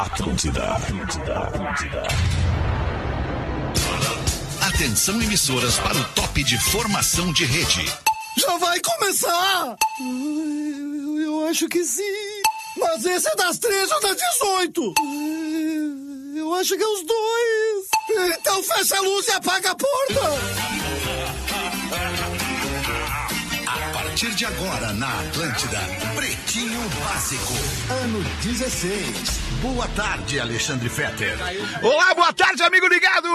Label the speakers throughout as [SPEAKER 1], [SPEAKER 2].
[SPEAKER 1] Atlântida, Atlântida, Atlântida.
[SPEAKER 2] Atenção emissoras para o top de formação de rede.
[SPEAKER 3] Já vai começar! Eu, eu acho que sim. Mas esse é das 13 ou das 18? Eu acho que é os dois. Então fecha a luz e apaga a porta.
[SPEAKER 2] A partir de agora na Atlântida, Pretinho Básico, ano 16. Boa tarde, Alexandre Fetter.
[SPEAKER 4] Olá, boa tarde, amigo ligado!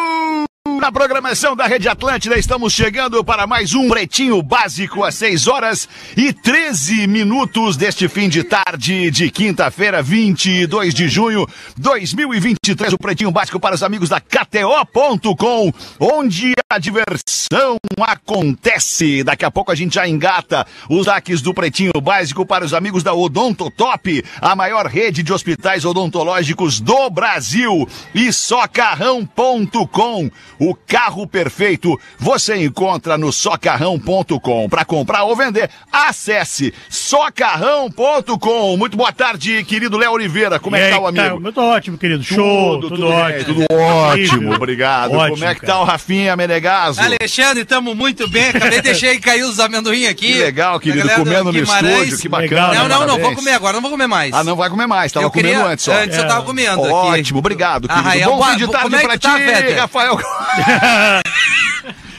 [SPEAKER 4] Na programação da Rede Atlântida, estamos chegando para mais um Pretinho Básico às 6 horas e 13 minutos deste fim de tarde de quinta-feira, 22 de junho 2023. O Pretinho Básico para os amigos da KTO.com, onde a diversão acontece. Daqui a pouco a gente já engata os laques do Pretinho Básico para os amigos da Odontotop, a maior rede de hospitais odontológicos do Brasil. E socarrão.com, o carro perfeito, você encontra no socarrão.com. Para comprar ou vender, acesse socarrão.com. Muito boa tarde, querido Léo Oliveira. Como é que tá o amigo?
[SPEAKER 5] Eu tô ótimo, querido. Show, tudo,
[SPEAKER 4] bem,
[SPEAKER 5] ótimo. Tá
[SPEAKER 4] Tudo ótimo, obrigado. Como
[SPEAKER 5] Ótimo,
[SPEAKER 4] é que tá
[SPEAKER 5] cara.
[SPEAKER 4] o Rafinha Menegaso?
[SPEAKER 6] Alexandre, estamos muito bem. Acabei de deixar aí cair os amendoim aqui.
[SPEAKER 4] Que legal, querido,
[SPEAKER 6] Da galera
[SPEAKER 4] comendo no
[SPEAKER 6] do Guimarães.
[SPEAKER 4] estúdio, que bacana.
[SPEAKER 6] Não, não, não,
[SPEAKER 4] parabéns.
[SPEAKER 6] vou comer agora, não vou comer mais.
[SPEAKER 4] Ah, não vai comer mais, tava
[SPEAKER 6] eu
[SPEAKER 4] comendo
[SPEAKER 6] queria,
[SPEAKER 4] antes só.
[SPEAKER 6] Antes eu tava comendo aqui.
[SPEAKER 4] Ótimo, obrigado, querido.
[SPEAKER 6] Arraial.
[SPEAKER 4] Bom fim de
[SPEAKER 6] Boa-
[SPEAKER 4] tarde
[SPEAKER 6] como é
[SPEAKER 4] pra
[SPEAKER 6] que tá,
[SPEAKER 4] ti,
[SPEAKER 6] Feder?
[SPEAKER 4] Rafael.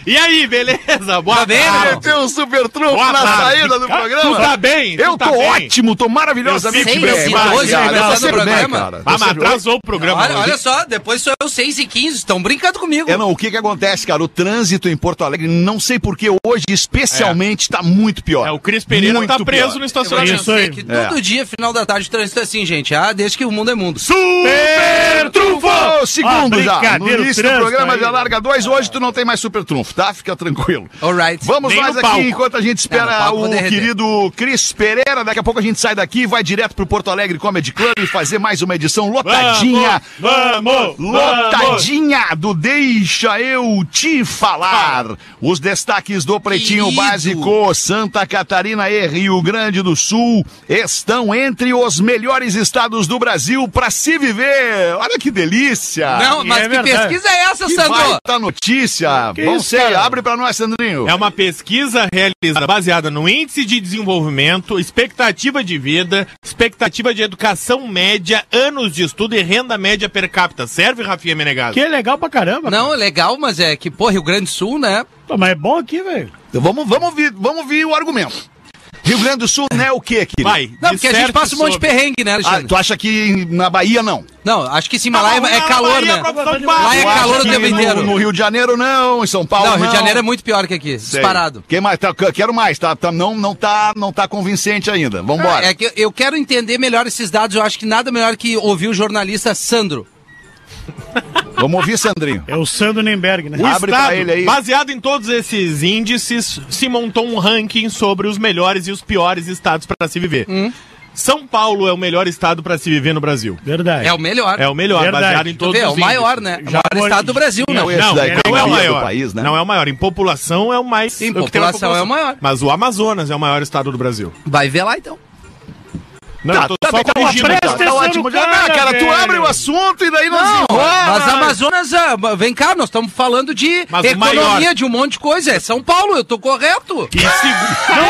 [SPEAKER 7] E aí, beleza? Boa
[SPEAKER 6] Tá bem, irmão?
[SPEAKER 4] Tem um super trunfo
[SPEAKER 7] Boa
[SPEAKER 4] na
[SPEAKER 7] tarde.
[SPEAKER 4] saída do
[SPEAKER 7] Cara,
[SPEAKER 4] programa.
[SPEAKER 7] Tu tá bem? Tu
[SPEAKER 4] Eu
[SPEAKER 7] tá
[SPEAKER 4] tô
[SPEAKER 7] bem?
[SPEAKER 4] ótimo, tô maravilhosamente
[SPEAKER 7] Eu sei, eu
[SPEAKER 4] bem.
[SPEAKER 7] sei,
[SPEAKER 4] Obrigado,
[SPEAKER 7] hoje vai
[SPEAKER 4] eu tô
[SPEAKER 6] começar o
[SPEAKER 4] sempre bem,
[SPEAKER 6] programa.
[SPEAKER 4] cara.
[SPEAKER 7] Ah, mas
[SPEAKER 4] Tô sempre-
[SPEAKER 7] atrasou o programa.
[SPEAKER 6] Olha,
[SPEAKER 7] hoje.
[SPEAKER 6] olha só, depois sou eu 6 e 15 estão brincando comigo.
[SPEAKER 4] É, não, o que que acontece, cara? O trânsito em Porto Alegre, não sei porque hoje especialmente tá muito pior.
[SPEAKER 7] É, o Cris Pereira
[SPEAKER 4] Muito
[SPEAKER 7] tá preso
[SPEAKER 4] pior.
[SPEAKER 7] no
[SPEAKER 6] Eu já
[SPEAKER 7] estacionamento.
[SPEAKER 5] Isso aí.
[SPEAKER 6] sei que
[SPEAKER 4] É.
[SPEAKER 6] todo dia, final da tarde, o trânsito é assim, gente. Ah, desde que o mundo é mundo.
[SPEAKER 4] Super Trunfo! Segundo
[SPEAKER 5] Ah,
[SPEAKER 4] já. No
[SPEAKER 5] brincadeira,
[SPEAKER 4] início do
[SPEAKER 5] trânsito
[SPEAKER 4] programa
[SPEAKER 5] aí.
[SPEAKER 4] já larga dois. Hoje tu não tem mais Super Trunfo, tá? Fica tranquilo.
[SPEAKER 6] Alright.
[SPEAKER 4] Vamos
[SPEAKER 7] Nem
[SPEAKER 4] nós
[SPEAKER 7] no
[SPEAKER 4] aqui
[SPEAKER 7] palco.
[SPEAKER 4] enquanto a gente
[SPEAKER 6] É, no
[SPEAKER 4] espera
[SPEAKER 6] palco vou
[SPEAKER 4] o
[SPEAKER 6] derreter.
[SPEAKER 4] querido Cris Pereira. Daqui a pouco a gente sai daqui e vai direto pro Porto Alegre Comedy Club e fazer mais uma edição lotadinha.
[SPEAKER 7] Vamos! Vamos!
[SPEAKER 4] Lotadinha do Deixa Eu Te Falar. Os destaques do Pretinho
[SPEAKER 6] Querido.
[SPEAKER 4] Básico, Santa Catarina e Rio Grande do Sul estão entre os melhores estados do Brasil para se viver. Olha que delícia!
[SPEAKER 6] Não, mas
[SPEAKER 5] é
[SPEAKER 6] que
[SPEAKER 5] verdade.
[SPEAKER 6] pesquisa é essa,
[SPEAKER 4] que
[SPEAKER 6] Sandro?
[SPEAKER 4] baita notícia!
[SPEAKER 5] Que
[SPEAKER 4] Vamos
[SPEAKER 5] isso,
[SPEAKER 4] ser,
[SPEAKER 5] cara?
[SPEAKER 4] abre para nós, Sandrinho.
[SPEAKER 7] É uma pesquisa realizada baseada no índice de desenvolvimento, expectativa de vida, expectativa de educação média, anos de estudo e renda média per capita. Serve, Rafinha Menegaso?
[SPEAKER 5] Que é legal pra caramba.
[SPEAKER 6] Não, legal, mas é que, pô, Rio Grande do Sul, né?
[SPEAKER 5] Pô, mas é bom aqui, velho.
[SPEAKER 4] Então Vamos, vamos, ouvir, vamos ouvir o argumento. Rio Grande do Sul não é o quê, querido?
[SPEAKER 7] Vai.
[SPEAKER 6] Não, porque a gente
[SPEAKER 7] disserte
[SPEAKER 6] passa um monte de
[SPEAKER 7] sobre.
[SPEAKER 6] perrengue, né,
[SPEAKER 4] Ah,
[SPEAKER 6] Alexandre?
[SPEAKER 4] tu acha que na Bahia não?
[SPEAKER 6] Não, acho que sim, mas lá é- é calor, né?
[SPEAKER 7] Lá
[SPEAKER 6] é
[SPEAKER 4] Tu acha
[SPEAKER 6] calor o
[SPEAKER 4] que
[SPEAKER 6] tempo
[SPEAKER 4] no-
[SPEAKER 6] inteiro.
[SPEAKER 4] No Rio de Janeiro não, em São Paulo
[SPEAKER 6] Não,
[SPEAKER 4] não.
[SPEAKER 6] Rio de Janeiro é muito pior que aqui,
[SPEAKER 4] Sei.
[SPEAKER 6] disparado.
[SPEAKER 4] Quem mais? Tá- quero mais, tá, tá- não, não, tá, não tá convincente ainda. Vambora.
[SPEAKER 6] É que eu quero entender melhor esses dados. Eu acho que nada melhor que ouvir o jornalista Sandro.
[SPEAKER 4] Vamos ouvir, Sandrinho.
[SPEAKER 5] É o Sando Nemberg, né?
[SPEAKER 7] O
[SPEAKER 4] Abre pra
[SPEAKER 7] Estado,
[SPEAKER 4] ele aí.
[SPEAKER 7] baseado em todos esses índices, se montou um ranking sobre os melhores e os piores estados para se viver.
[SPEAKER 6] Hum.
[SPEAKER 7] São Paulo é o melhor estado para se viver no Brasil.
[SPEAKER 5] Verdade.
[SPEAKER 6] É o melhor.
[SPEAKER 7] É o melhor,
[SPEAKER 5] Verdade.
[SPEAKER 7] baseado em
[SPEAKER 6] Tu
[SPEAKER 7] todos
[SPEAKER 6] vê, é
[SPEAKER 7] os
[SPEAKER 6] o maior,
[SPEAKER 7] índices.
[SPEAKER 6] né? É O
[SPEAKER 5] Já
[SPEAKER 6] maior
[SPEAKER 5] vou-
[SPEAKER 6] estado do Brasil, né?
[SPEAKER 4] Não, esse
[SPEAKER 7] Não,
[SPEAKER 4] da
[SPEAKER 7] não é o
[SPEAKER 4] economia do
[SPEAKER 7] maior.
[SPEAKER 4] país, né?
[SPEAKER 7] Não é o maior. Em população é o mais.
[SPEAKER 6] Em
[SPEAKER 7] o que tem na
[SPEAKER 6] população é o maior.
[SPEAKER 7] Mas o Amazonas é o maior estado do Brasil.
[SPEAKER 6] Vai ver lá então.
[SPEAKER 7] Não, eu tô
[SPEAKER 4] tá,
[SPEAKER 7] só
[SPEAKER 4] tá,
[SPEAKER 7] corrigindo.
[SPEAKER 4] tá,
[SPEAKER 5] presta
[SPEAKER 4] tá, tá
[SPEAKER 5] atenção
[SPEAKER 4] ótimo.
[SPEAKER 5] no
[SPEAKER 4] Cara,
[SPEAKER 5] cara,
[SPEAKER 4] cara, tu
[SPEAKER 5] velho.
[SPEAKER 4] abre o assunto e daí não desenrola.
[SPEAKER 6] Mas Amazonas, ah, vem cá, nós estamos falando de
[SPEAKER 7] Mas o
[SPEAKER 6] economia,
[SPEAKER 7] maior.
[SPEAKER 6] de um monte de coisa. É São Paulo, eu tô correto.
[SPEAKER 7] E segundo.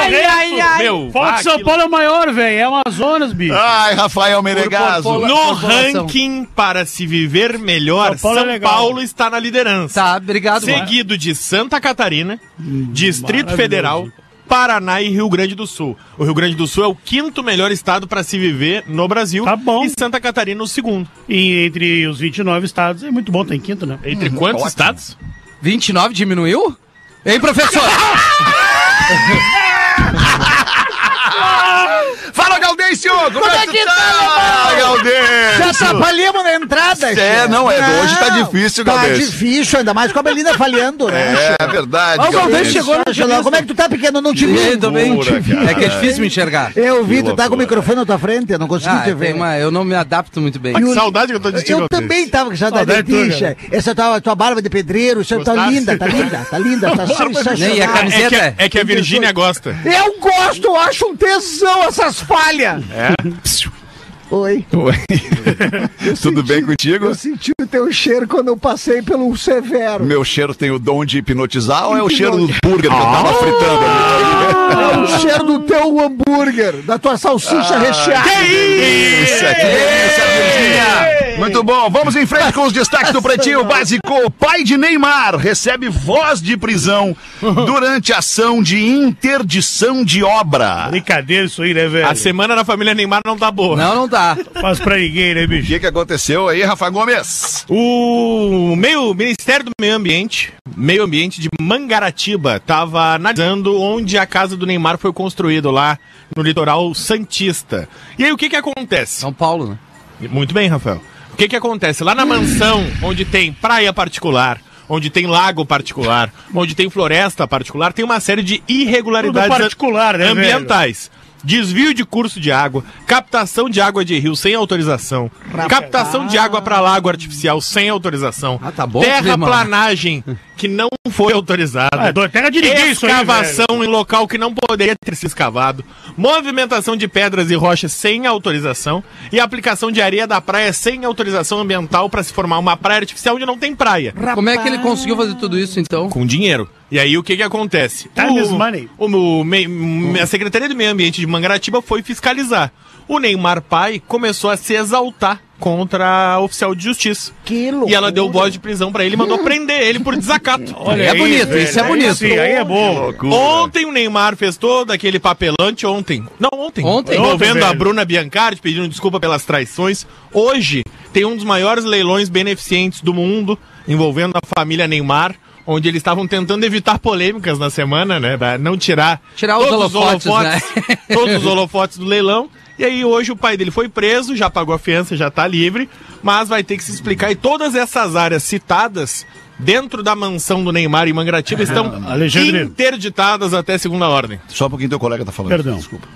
[SPEAKER 5] Ai, ai, ai.
[SPEAKER 7] Meu,
[SPEAKER 5] Fora
[SPEAKER 7] vá,
[SPEAKER 5] de São
[SPEAKER 7] que
[SPEAKER 5] Paulo é o maior, velho. É o Amazonas, bicho.
[SPEAKER 4] Ai, Rafael Menegaso.
[SPEAKER 6] Por- por-
[SPEAKER 7] No
[SPEAKER 6] População.
[SPEAKER 7] ranking para se viver melhor,
[SPEAKER 5] São Paulo é
[SPEAKER 7] São
[SPEAKER 5] legal.
[SPEAKER 7] Paulo está na liderança.
[SPEAKER 6] Tá, obrigado. mano.
[SPEAKER 7] seguido de Santa Catarina, Distrito
[SPEAKER 5] Hum, maravilhoso.
[SPEAKER 7] Federal, Paraná e Rio Grande do Sul. O Rio Grande do Sul é o quinto melhor estado para se viver no Brasil
[SPEAKER 5] Tá bom.
[SPEAKER 7] e Santa Catarina o segundo.
[SPEAKER 5] E entre os 29 estados é muito bom, tem quinto, né?
[SPEAKER 7] Entre quantos
[SPEAKER 4] ótimo.
[SPEAKER 7] estados?
[SPEAKER 6] 29 diminuiu? Hein, professor?
[SPEAKER 4] Fala, Gaudêncio! Como, é que tá, Gaudêncio?
[SPEAKER 8] atrapalhamos na entrada.
[SPEAKER 4] É,
[SPEAKER 8] chefe.
[SPEAKER 4] não, é, hoje tá difícil,
[SPEAKER 8] Tá
[SPEAKER 4] Galdêncio.
[SPEAKER 8] difícil, ainda mais com a Belinda falhando, né?
[SPEAKER 4] É, é verdade,
[SPEAKER 8] Olha o Galdêncio
[SPEAKER 4] Gaudêncio.
[SPEAKER 8] chegou no Gelão. Como é que tu tá, pequeno? Eu Não te vi.
[SPEAKER 6] Lindo, bem.
[SPEAKER 4] loucura, cara.
[SPEAKER 6] É que é difícil me enxergar.
[SPEAKER 8] Eu vi, tu
[SPEAKER 4] loucura.
[SPEAKER 8] tá com o microfone na tua frente, eu não consegui
[SPEAKER 6] Ah,
[SPEAKER 8] te
[SPEAKER 6] tem
[SPEAKER 8] ver.
[SPEAKER 6] uma- eu não me adapto muito bem.
[SPEAKER 7] Ah, que saudade que eu tô de ti,
[SPEAKER 8] Eu
[SPEAKER 7] Galdêncio.
[SPEAKER 8] também tava com saudade
[SPEAKER 5] Saudade
[SPEAKER 8] de ti,
[SPEAKER 5] tua,
[SPEAKER 4] né?
[SPEAKER 5] cara.
[SPEAKER 8] chefe. Essa tua, tua barba de pedreiro, isso tá
[SPEAKER 7] Gostasse?
[SPEAKER 8] linda, tá linda, tá linda, tá
[SPEAKER 6] Nem a
[SPEAKER 8] sensacional.
[SPEAKER 6] camiseta.
[SPEAKER 7] É que, a- é que a Virgínia gosta.
[SPEAKER 8] Eu gosto, eu acho um tesão essas falhas.
[SPEAKER 9] Oi.
[SPEAKER 4] Oi. Tudo bem
[SPEAKER 9] senti-
[SPEAKER 4] contigo?
[SPEAKER 9] Eu senti o teu cheiro quando eu passei pelo Severo.
[SPEAKER 4] Meu cheiro tem o dom de hipnotizar ou é o cheiro do hambúrguer que eu tava fritando?
[SPEAKER 9] É o cheiro do teu hambúrguer, da tua salsicha recheada.
[SPEAKER 4] Ah. Isso, é que delícia, Virgínia! Muito bom, vamos em frente com os destaques do Pretinho Básico. O Pai de Neymar recebe voz de prisão durante ação de interdição de obra.
[SPEAKER 5] Brincadeira isso aí, né, velho?
[SPEAKER 7] A
[SPEAKER 4] Assim-
[SPEAKER 7] semana na família Neymar não tá boa.
[SPEAKER 6] Não, não dá.
[SPEAKER 5] Faz pra ninguém, né,
[SPEAKER 4] O
[SPEAKER 5] bicho?
[SPEAKER 4] que, que aconteceu aí, Rafa Gomes?
[SPEAKER 7] O meio o Ministério do Meio Ambiente, Meio Ambiente de Mangaratiba, estava analisando onde a casa do Neymar foi construída lá no litoral santista. E aí o que que acontece?
[SPEAKER 6] São Paulo, né?
[SPEAKER 7] Muito bem, Rafael. O que que acontece? Lá na mansão, onde tem praia particular, onde tem lago particular, onde tem floresta particular, tem uma série de irregularidades
[SPEAKER 5] Tudo particular, né,
[SPEAKER 7] ambientais. Desvio de curso de água, captação de água de rio sem autorização, captação de água para lago artificial sem autorização,
[SPEAKER 6] Ah, tá bom, clima.
[SPEAKER 7] terraplanagem que não foi autorizada,
[SPEAKER 5] Ah, é do- terra de ninguém isso aí,
[SPEAKER 7] escavação em local que não poderia ter sido escavado, movimentação de pedras e rochas sem autorização e aplicação de areia da praia sem autorização ambiental para se formar uma praia artificial onde não tem praia.
[SPEAKER 6] Como é que ele conseguiu fazer tudo isso, então?
[SPEAKER 7] Com dinheiro. E aí o que que acontece?
[SPEAKER 5] Time is
[SPEAKER 7] O-
[SPEAKER 5] money.
[SPEAKER 7] o- o mei- me- a Secretaria do Meio Ambiente de Mangaratiba foi fiscalizar. O Neymar pai começou a se exaltar contra a oficial de justiça.
[SPEAKER 8] Que
[SPEAKER 7] E ela
[SPEAKER 8] loucura.
[SPEAKER 7] deu um voz de prisão pra ele e mandou prender ele por desacato.
[SPEAKER 6] É bonito, isso é bonito.
[SPEAKER 5] Sim, aí é bom.
[SPEAKER 7] Ontem o Neymar fez todo aquele papelante, ontem. Não, ontem.
[SPEAKER 6] Ontem.
[SPEAKER 7] Envolvendo
[SPEAKER 5] Ontem,
[SPEAKER 7] a
[SPEAKER 5] velho.
[SPEAKER 7] Bruna Biancardi, pedindo desculpa pelas traições. Hoje tem um dos maiores leilões beneficentes do mundo, envolvendo a família Neymar. Onde eles estavam tentando evitar polêmicas na semana, né? Pra não tirar,
[SPEAKER 6] Tirar os holofotes, né?
[SPEAKER 7] todos os holofotes do leilão. E aí hoje o pai dele foi preso, já pagou a fiança, já tá livre, mas vai ter que se explicar. E todas essas áreas citadas dentro da mansão do Neymar em Mangaratiba estão
[SPEAKER 5] Alexandre.
[SPEAKER 7] interditadas até segunda ordem.
[SPEAKER 4] Só porque teu colega tá falando.
[SPEAKER 5] Perdão.
[SPEAKER 4] Desculpa.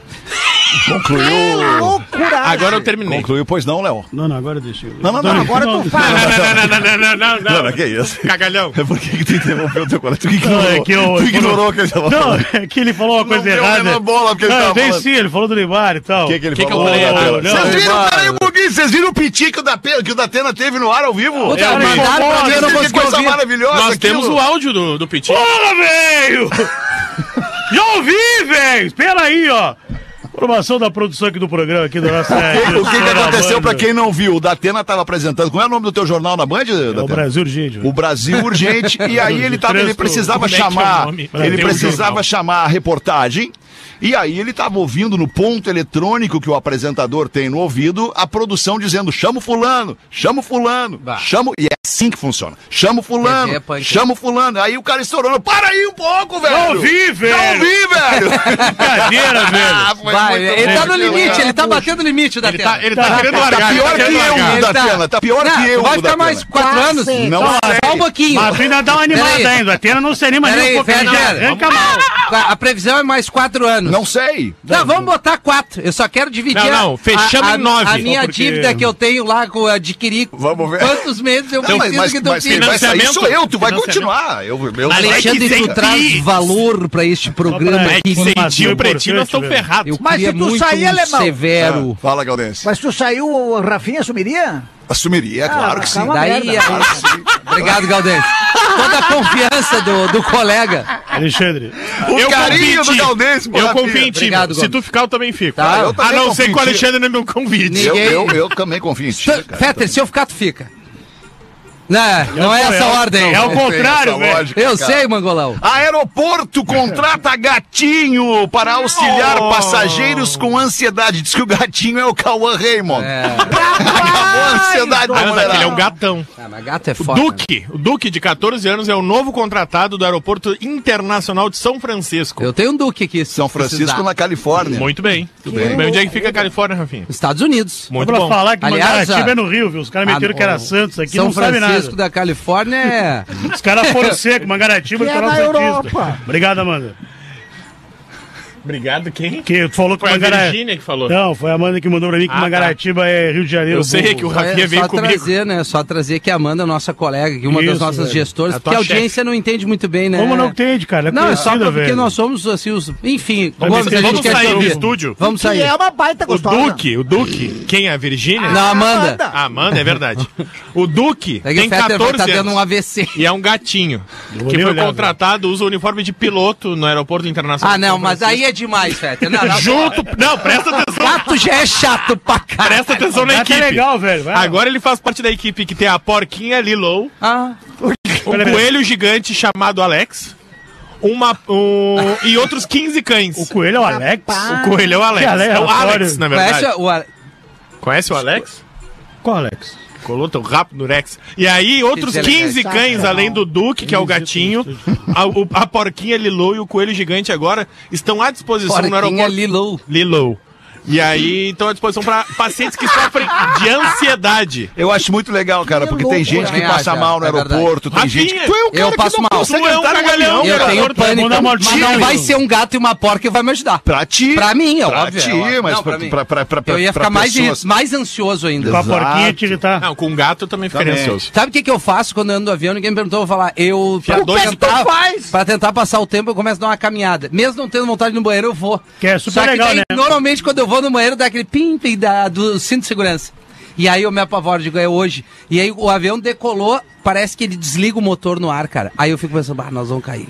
[SPEAKER 4] Concluiu.
[SPEAKER 8] Loucura!
[SPEAKER 7] Agora eu terminei.
[SPEAKER 4] Concluiu, pois não, Léo?
[SPEAKER 5] Não, não, agora deixa eu.
[SPEAKER 4] Não, não, não, agora
[SPEAKER 5] não,
[SPEAKER 8] tu fala.
[SPEAKER 7] não, não, não,
[SPEAKER 4] Não, não, que isso?
[SPEAKER 7] Cagalhão.
[SPEAKER 4] É Por que, que tu interrompeu teu colega? Tu que ignorou,
[SPEAKER 5] Não, é que eu-
[SPEAKER 4] tu ignorou o que ele tava
[SPEAKER 5] Não,
[SPEAKER 4] falando.
[SPEAKER 5] é que ele falou uma coisa
[SPEAKER 4] deu a
[SPEAKER 5] errada.
[SPEAKER 4] menor bola porque ele
[SPEAKER 5] não,
[SPEAKER 4] tava
[SPEAKER 5] dei
[SPEAKER 4] falando.
[SPEAKER 5] sim, ele falou do Neymar e tal.
[SPEAKER 4] O que, que ele
[SPEAKER 7] Que que eu
[SPEAKER 4] falou?
[SPEAKER 7] falei
[SPEAKER 4] Léo?
[SPEAKER 7] errado?
[SPEAKER 4] Vocês
[SPEAKER 5] Não,
[SPEAKER 4] viram,
[SPEAKER 6] Neymar.
[SPEAKER 4] cara, aí, o Buguinho? Vocês viram o piti que o da, Pe- que o da Atena teve no ar ao vivo?
[SPEAKER 6] Puta,
[SPEAKER 4] É,
[SPEAKER 6] mandaram pra mim, eu não
[SPEAKER 4] que
[SPEAKER 6] consegui
[SPEAKER 4] coisa
[SPEAKER 6] ouvir.
[SPEAKER 4] maravilhosa
[SPEAKER 7] Nós
[SPEAKER 4] aquilo.
[SPEAKER 7] temos o áudio do, do Pitinho.
[SPEAKER 5] Fala, velho! Já ouvi, velho! Espera aí, ó. Formação da produção aqui do programa, aqui do nosso...
[SPEAKER 4] O que,
[SPEAKER 5] Tá
[SPEAKER 4] que aconteceu pra quem não viu? O Datena tava apresentando. Qual é o nome do teu jornal na Band,
[SPEAKER 5] É o
[SPEAKER 4] Datena?
[SPEAKER 5] Brasil urgente, velho.
[SPEAKER 4] O Brasil Urgente. E aí ele, tava, ele precisava
[SPEAKER 7] Como é que é o
[SPEAKER 4] chamar.
[SPEAKER 7] nome?
[SPEAKER 4] Ele
[SPEAKER 7] Brasil
[SPEAKER 4] precisava
[SPEAKER 7] Jornal.
[SPEAKER 4] chamar a reportagem. E aí ele tava ouvindo no ponto eletrônico que o apresentador tem no ouvido a produção dizendo: chama o fulano, chama o fulano, chama. o-" E é assim que funciona. Chama o fulano,
[SPEAKER 6] Mas é punk.
[SPEAKER 4] chama o fulano. Aí o cara estourando. Para aí um pouco, velho.
[SPEAKER 5] Não ouvi, velho.
[SPEAKER 4] Não ouvi, velho.
[SPEAKER 5] Brincadeira, velho!
[SPEAKER 4] Ah, foi
[SPEAKER 6] Vai,
[SPEAKER 4] muito bom
[SPEAKER 6] ele tá no
[SPEAKER 4] aquilo,
[SPEAKER 6] limite,
[SPEAKER 4] cara.
[SPEAKER 6] ele tá batendo o limite da tela.
[SPEAKER 7] Ele tá querendo
[SPEAKER 4] Tá
[SPEAKER 7] largar.
[SPEAKER 4] pior
[SPEAKER 7] ele tá
[SPEAKER 4] que
[SPEAKER 7] querendo largar.
[SPEAKER 4] eu, Datena. Tá pior
[SPEAKER 6] Não,
[SPEAKER 4] que eu,
[SPEAKER 6] Vai ficar
[SPEAKER 4] Datena.
[SPEAKER 6] mais quatro
[SPEAKER 8] Quase.
[SPEAKER 6] anos?
[SPEAKER 4] Não
[SPEAKER 6] Só um
[SPEAKER 4] sei.
[SPEAKER 6] pouquinho.
[SPEAKER 5] Mas tu ainda dá uma animada
[SPEAKER 6] Peraí.
[SPEAKER 5] ainda. A Atena não se anima nem
[SPEAKER 6] Peraí,
[SPEAKER 5] um pouquinho.
[SPEAKER 6] Fetter.
[SPEAKER 5] já Arranca a mão.
[SPEAKER 6] A previsão é mais quatro anos.
[SPEAKER 4] Não sei.
[SPEAKER 6] Não, vamos botar quatro. Eu só quero dividir.
[SPEAKER 7] Não, não,
[SPEAKER 6] a-
[SPEAKER 7] fechamos
[SPEAKER 6] a,
[SPEAKER 7] em nove.
[SPEAKER 6] A minha
[SPEAKER 5] Só porque-
[SPEAKER 6] dívida que eu tenho lá, que eu adquiri.
[SPEAKER 4] Vamos ver.
[SPEAKER 6] Quantos meses eu
[SPEAKER 4] Não, mas,
[SPEAKER 6] preciso
[SPEAKER 4] mas,
[SPEAKER 6] que tu
[SPEAKER 4] mas quem
[SPEAKER 6] fique.
[SPEAKER 4] vai sair
[SPEAKER 7] Financiamento.
[SPEAKER 4] sou eu, tu vai
[SPEAKER 7] Financiamento.
[SPEAKER 4] continuar. Eu, eu,
[SPEAKER 6] Alexandre,
[SPEAKER 7] Vai que
[SPEAKER 6] tu
[SPEAKER 7] tem
[SPEAKER 6] traz
[SPEAKER 7] pix.
[SPEAKER 6] valor pra este programa.
[SPEAKER 5] pra-
[SPEAKER 7] É que
[SPEAKER 5] Informação
[SPEAKER 7] sem tio pretinho nós estamos
[SPEAKER 5] importante, velho.
[SPEAKER 7] ferrados.
[SPEAKER 6] Eu
[SPEAKER 8] Mas
[SPEAKER 6] queria
[SPEAKER 8] se tu
[SPEAKER 6] muito
[SPEAKER 8] sair,
[SPEAKER 6] um
[SPEAKER 8] alemão.
[SPEAKER 6] severo.
[SPEAKER 4] Ah, Fala, Gaudense.
[SPEAKER 8] Mas tu saiu, o Rafinha assumiria?
[SPEAKER 4] Assumiria, é claro que sim. é
[SPEAKER 8] calma.
[SPEAKER 6] Daí,
[SPEAKER 8] merda.
[SPEAKER 4] Ah,
[SPEAKER 6] aí- Obrigado, Galdês. Toda a confiança do, do colega.
[SPEAKER 5] Alexandre,
[SPEAKER 4] O carinho
[SPEAKER 7] confio em
[SPEAKER 4] do
[SPEAKER 7] ti.
[SPEAKER 4] Gaudense, pô,
[SPEAKER 7] Eu
[SPEAKER 4] Rafinha.
[SPEAKER 7] confio em ti.
[SPEAKER 6] Obrigado,
[SPEAKER 7] meu. Se
[SPEAKER 6] Gomes.
[SPEAKER 7] tu ficar, eu também fico.
[SPEAKER 6] Tá. Eu
[SPEAKER 7] a
[SPEAKER 4] também
[SPEAKER 7] não
[SPEAKER 4] confio
[SPEAKER 7] ser
[SPEAKER 4] em
[SPEAKER 7] que o
[SPEAKER 4] ti.
[SPEAKER 7] Alexandre não me convide.
[SPEAKER 4] Eu,
[SPEAKER 6] Ninguém-
[SPEAKER 4] eu, eu também confio em ti,
[SPEAKER 6] Tu-
[SPEAKER 4] cara.
[SPEAKER 6] Fetter, se eu ficar, tu fica. Não, não é
[SPEAKER 5] É o-
[SPEAKER 6] essa
[SPEAKER 5] é o-
[SPEAKER 6] ordem.
[SPEAKER 5] é o contrário,
[SPEAKER 4] essa
[SPEAKER 5] velho.
[SPEAKER 4] lógica,
[SPEAKER 6] Eu
[SPEAKER 4] cara.
[SPEAKER 6] sei, Mangolão.
[SPEAKER 4] Aeroporto contrata gatinho para auxiliar passageiros com ansiedade. Diz que o gatinho é o Cauã Raymond.
[SPEAKER 6] É.
[SPEAKER 4] Acabou a ansiedade da
[SPEAKER 7] Ah, não,
[SPEAKER 4] mulherada.
[SPEAKER 7] ele é um gatão.
[SPEAKER 6] Ah, mas gato é
[SPEAKER 7] O
[SPEAKER 6] foda.
[SPEAKER 7] Duque, o Duque de 14 anos é o novo contratado do Aeroporto Internacional de São Francisco.
[SPEAKER 6] Eu tenho um Duque aqui. se
[SPEAKER 4] São Francisco,
[SPEAKER 6] precisar.
[SPEAKER 4] na Califórnia.
[SPEAKER 7] Muito bem. Tudo bem. Onde é que fica a Califórnia, Rafinha?
[SPEAKER 6] Estados Unidos.
[SPEAKER 5] só
[SPEAKER 7] Muito
[SPEAKER 5] pra
[SPEAKER 7] bom.
[SPEAKER 5] falar que
[SPEAKER 6] Aliás,
[SPEAKER 5] Mangaratiba
[SPEAKER 6] a-
[SPEAKER 5] é no Rio, viu? Os caras meteram
[SPEAKER 6] Ah,
[SPEAKER 5] que era
[SPEAKER 6] o-
[SPEAKER 5] Santos aqui,
[SPEAKER 6] São
[SPEAKER 5] não sabe
[SPEAKER 6] Francisco
[SPEAKER 5] nada.
[SPEAKER 6] da Califórnia é.
[SPEAKER 5] Os caras foram seco, Mangaratiba
[SPEAKER 8] Que
[SPEAKER 5] e
[SPEAKER 8] é
[SPEAKER 5] Coral
[SPEAKER 8] na
[SPEAKER 5] Santista.
[SPEAKER 8] Europa.
[SPEAKER 5] Obrigado, Amanda.
[SPEAKER 7] Obrigado, quem?
[SPEAKER 5] Que tu falou que
[SPEAKER 7] Foi a
[SPEAKER 5] Mangara-
[SPEAKER 7] Virgínia que falou.
[SPEAKER 5] Não, foi a Amanda que mandou pra mim que
[SPEAKER 7] Ah,
[SPEAKER 5] Mangaratiba é Rio de Janeiro.
[SPEAKER 7] Eu sei
[SPEAKER 5] burro.
[SPEAKER 7] que o
[SPEAKER 6] Só,
[SPEAKER 7] Rafinha veio
[SPEAKER 6] é só
[SPEAKER 7] comigo.
[SPEAKER 6] trazer, né? Só trazer que a Amanda, nossa colega, que uma das
[SPEAKER 5] Isso,
[SPEAKER 6] nossas
[SPEAKER 5] velho.
[SPEAKER 6] gestoras,
[SPEAKER 7] A
[SPEAKER 6] porque a
[SPEAKER 7] tua chefe.
[SPEAKER 6] audiência não entende muito bem, né?
[SPEAKER 5] Como não entende, cara? É
[SPEAKER 6] Não, é só
[SPEAKER 5] conhecida,
[SPEAKER 6] pra- porque
[SPEAKER 5] velho.
[SPEAKER 6] nós somos assim os. Enfim,
[SPEAKER 5] Mas
[SPEAKER 6] Gomes, a gente
[SPEAKER 7] Vamos
[SPEAKER 6] quer te
[SPEAKER 7] sair do
[SPEAKER 6] ouvir.
[SPEAKER 7] estúdio.
[SPEAKER 6] Vamos
[SPEAKER 9] Que
[SPEAKER 6] sair.
[SPEAKER 9] é uma baita
[SPEAKER 7] O
[SPEAKER 9] gostosa.
[SPEAKER 7] Duque, o Duque. Quem? é A Virgínia?
[SPEAKER 6] né?
[SPEAKER 8] É
[SPEAKER 6] Não, Amanda.
[SPEAKER 7] Ah, mano, é verdade. O Duque
[SPEAKER 6] É que
[SPEAKER 7] tem
[SPEAKER 6] o Fetter vai
[SPEAKER 7] 14
[SPEAKER 6] estar dando
[SPEAKER 7] anos.
[SPEAKER 6] um AVC.
[SPEAKER 7] E é um gatinho.
[SPEAKER 5] vou
[SPEAKER 7] Que
[SPEAKER 5] nem
[SPEAKER 7] foi
[SPEAKER 5] olhar,
[SPEAKER 7] contratado, usa o uniforme de piloto no aeroporto internacional.
[SPEAKER 6] Ah, não, mas aí é demais, Fetter. Não, não,
[SPEAKER 7] Junto. Não, presta atenção.
[SPEAKER 6] Gato já é chato pra caralho.
[SPEAKER 7] Presta atenção na
[SPEAKER 5] Ah, tá
[SPEAKER 7] equipe.
[SPEAKER 5] legal, velho. vai lá.
[SPEAKER 7] Agora ele faz parte da equipe que tem a porquinha Lilou,
[SPEAKER 6] Ah,
[SPEAKER 7] um
[SPEAKER 5] Pera aí.
[SPEAKER 7] coelho gigante chamado Alex, uma, um- e outros 15 cães.
[SPEAKER 5] O coelho é o Alex.
[SPEAKER 7] O coelho é o Alex.
[SPEAKER 5] Que
[SPEAKER 7] É
[SPEAKER 5] Alex,
[SPEAKER 7] o Alex,
[SPEAKER 5] aleatório.
[SPEAKER 7] na verdade.
[SPEAKER 6] Ah. conhece
[SPEAKER 7] Conhece,
[SPEAKER 6] o. a-
[SPEAKER 7] o Alex?
[SPEAKER 5] Qual Alex?
[SPEAKER 7] Colou teu rabo no Rex. E aí, outros
[SPEAKER 6] Eles elegais.
[SPEAKER 7] 15 cães, além do Duque, que é o gatinho, a, o- a porquinha Lilou e o coelho gigante agora estão à disposição no
[SPEAKER 6] Porquinha
[SPEAKER 7] aeroporto.
[SPEAKER 6] Lilou.
[SPEAKER 7] Lilou. E aí, estão à disposição para pacientes que sofrem de ansiedade.
[SPEAKER 4] Eu acho muito legal, cara, porque tem gente que
[SPEAKER 6] né?
[SPEAKER 4] passa
[SPEAKER 6] Ah, já,
[SPEAKER 4] mal no
[SPEAKER 6] é verdade.
[SPEAKER 4] aeroporto, tem
[SPEAKER 7] Rafinha,
[SPEAKER 4] gente que tu é o
[SPEAKER 6] eu
[SPEAKER 4] cara
[SPEAKER 6] passo
[SPEAKER 4] que não
[SPEAKER 6] mal.
[SPEAKER 4] consegue
[SPEAKER 7] Tu é um
[SPEAKER 4] entrar no avião,
[SPEAKER 7] cagalhão, Não,
[SPEAKER 6] eu
[SPEAKER 7] cara,
[SPEAKER 6] tenho
[SPEAKER 7] agora tu
[SPEAKER 6] pânico.
[SPEAKER 5] mandou uma
[SPEAKER 6] Mas
[SPEAKER 5] mortinha,
[SPEAKER 6] não vai
[SPEAKER 5] Lilou.
[SPEAKER 6] ser um gato e uma porca que vai me ajudar.
[SPEAKER 4] Pra ti.
[SPEAKER 6] Pra mim, é
[SPEAKER 4] pra
[SPEAKER 6] óbvio,
[SPEAKER 4] Ti,
[SPEAKER 6] é óbvio.
[SPEAKER 4] mas
[SPEAKER 6] Não,
[SPEAKER 4] pra,
[SPEAKER 6] pra mim.
[SPEAKER 4] pra, pra, pra,
[SPEAKER 6] Eu ia
[SPEAKER 4] pra
[SPEAKER 6] ficar mais,
[SPEAKER 4] pessoas-
[SPEAKER 6] mais ansioso ainda.
[SPEAKER 5] Com a
[SPEAKER 4] Exato.
[SPEAKER 5] porquinha tá. te irritar.
[SPEAKER 7] Não, com um gato eu também fico
[SPEAKER 4] Também.
[SPEAKER 7] ansioso.
[SPEAKER 6] Sabe o que, que eu faço quando eu ando no avião? Ninguém me perguntou, eu vou falar, eu...
[SPEAKER 7] Fia dois-
[SPEAKER 6] pra tentar, pra tentar passar o tempo, eu começo a dar uma caminhada. Mesmo não tendo vontade de ir no banheiro, eu vou.
[SPEAKER 5] Que é super
[SPEAKER 6] Só que
[SPEAKER 5] legal,
[SPEAKER 6] daí,
[SPEAKER 5] né?
[SPEAKER 6] normalmente, quando eu vou no banheiro, dá aquele pim, pim da, do cinto de segurança. E aí eu me apavoro, digo, é hoje. E aí o avião decolou, parece que ele desliga o motor no ar, cara. Aí eu fico pensando, ah, nós vamos cair.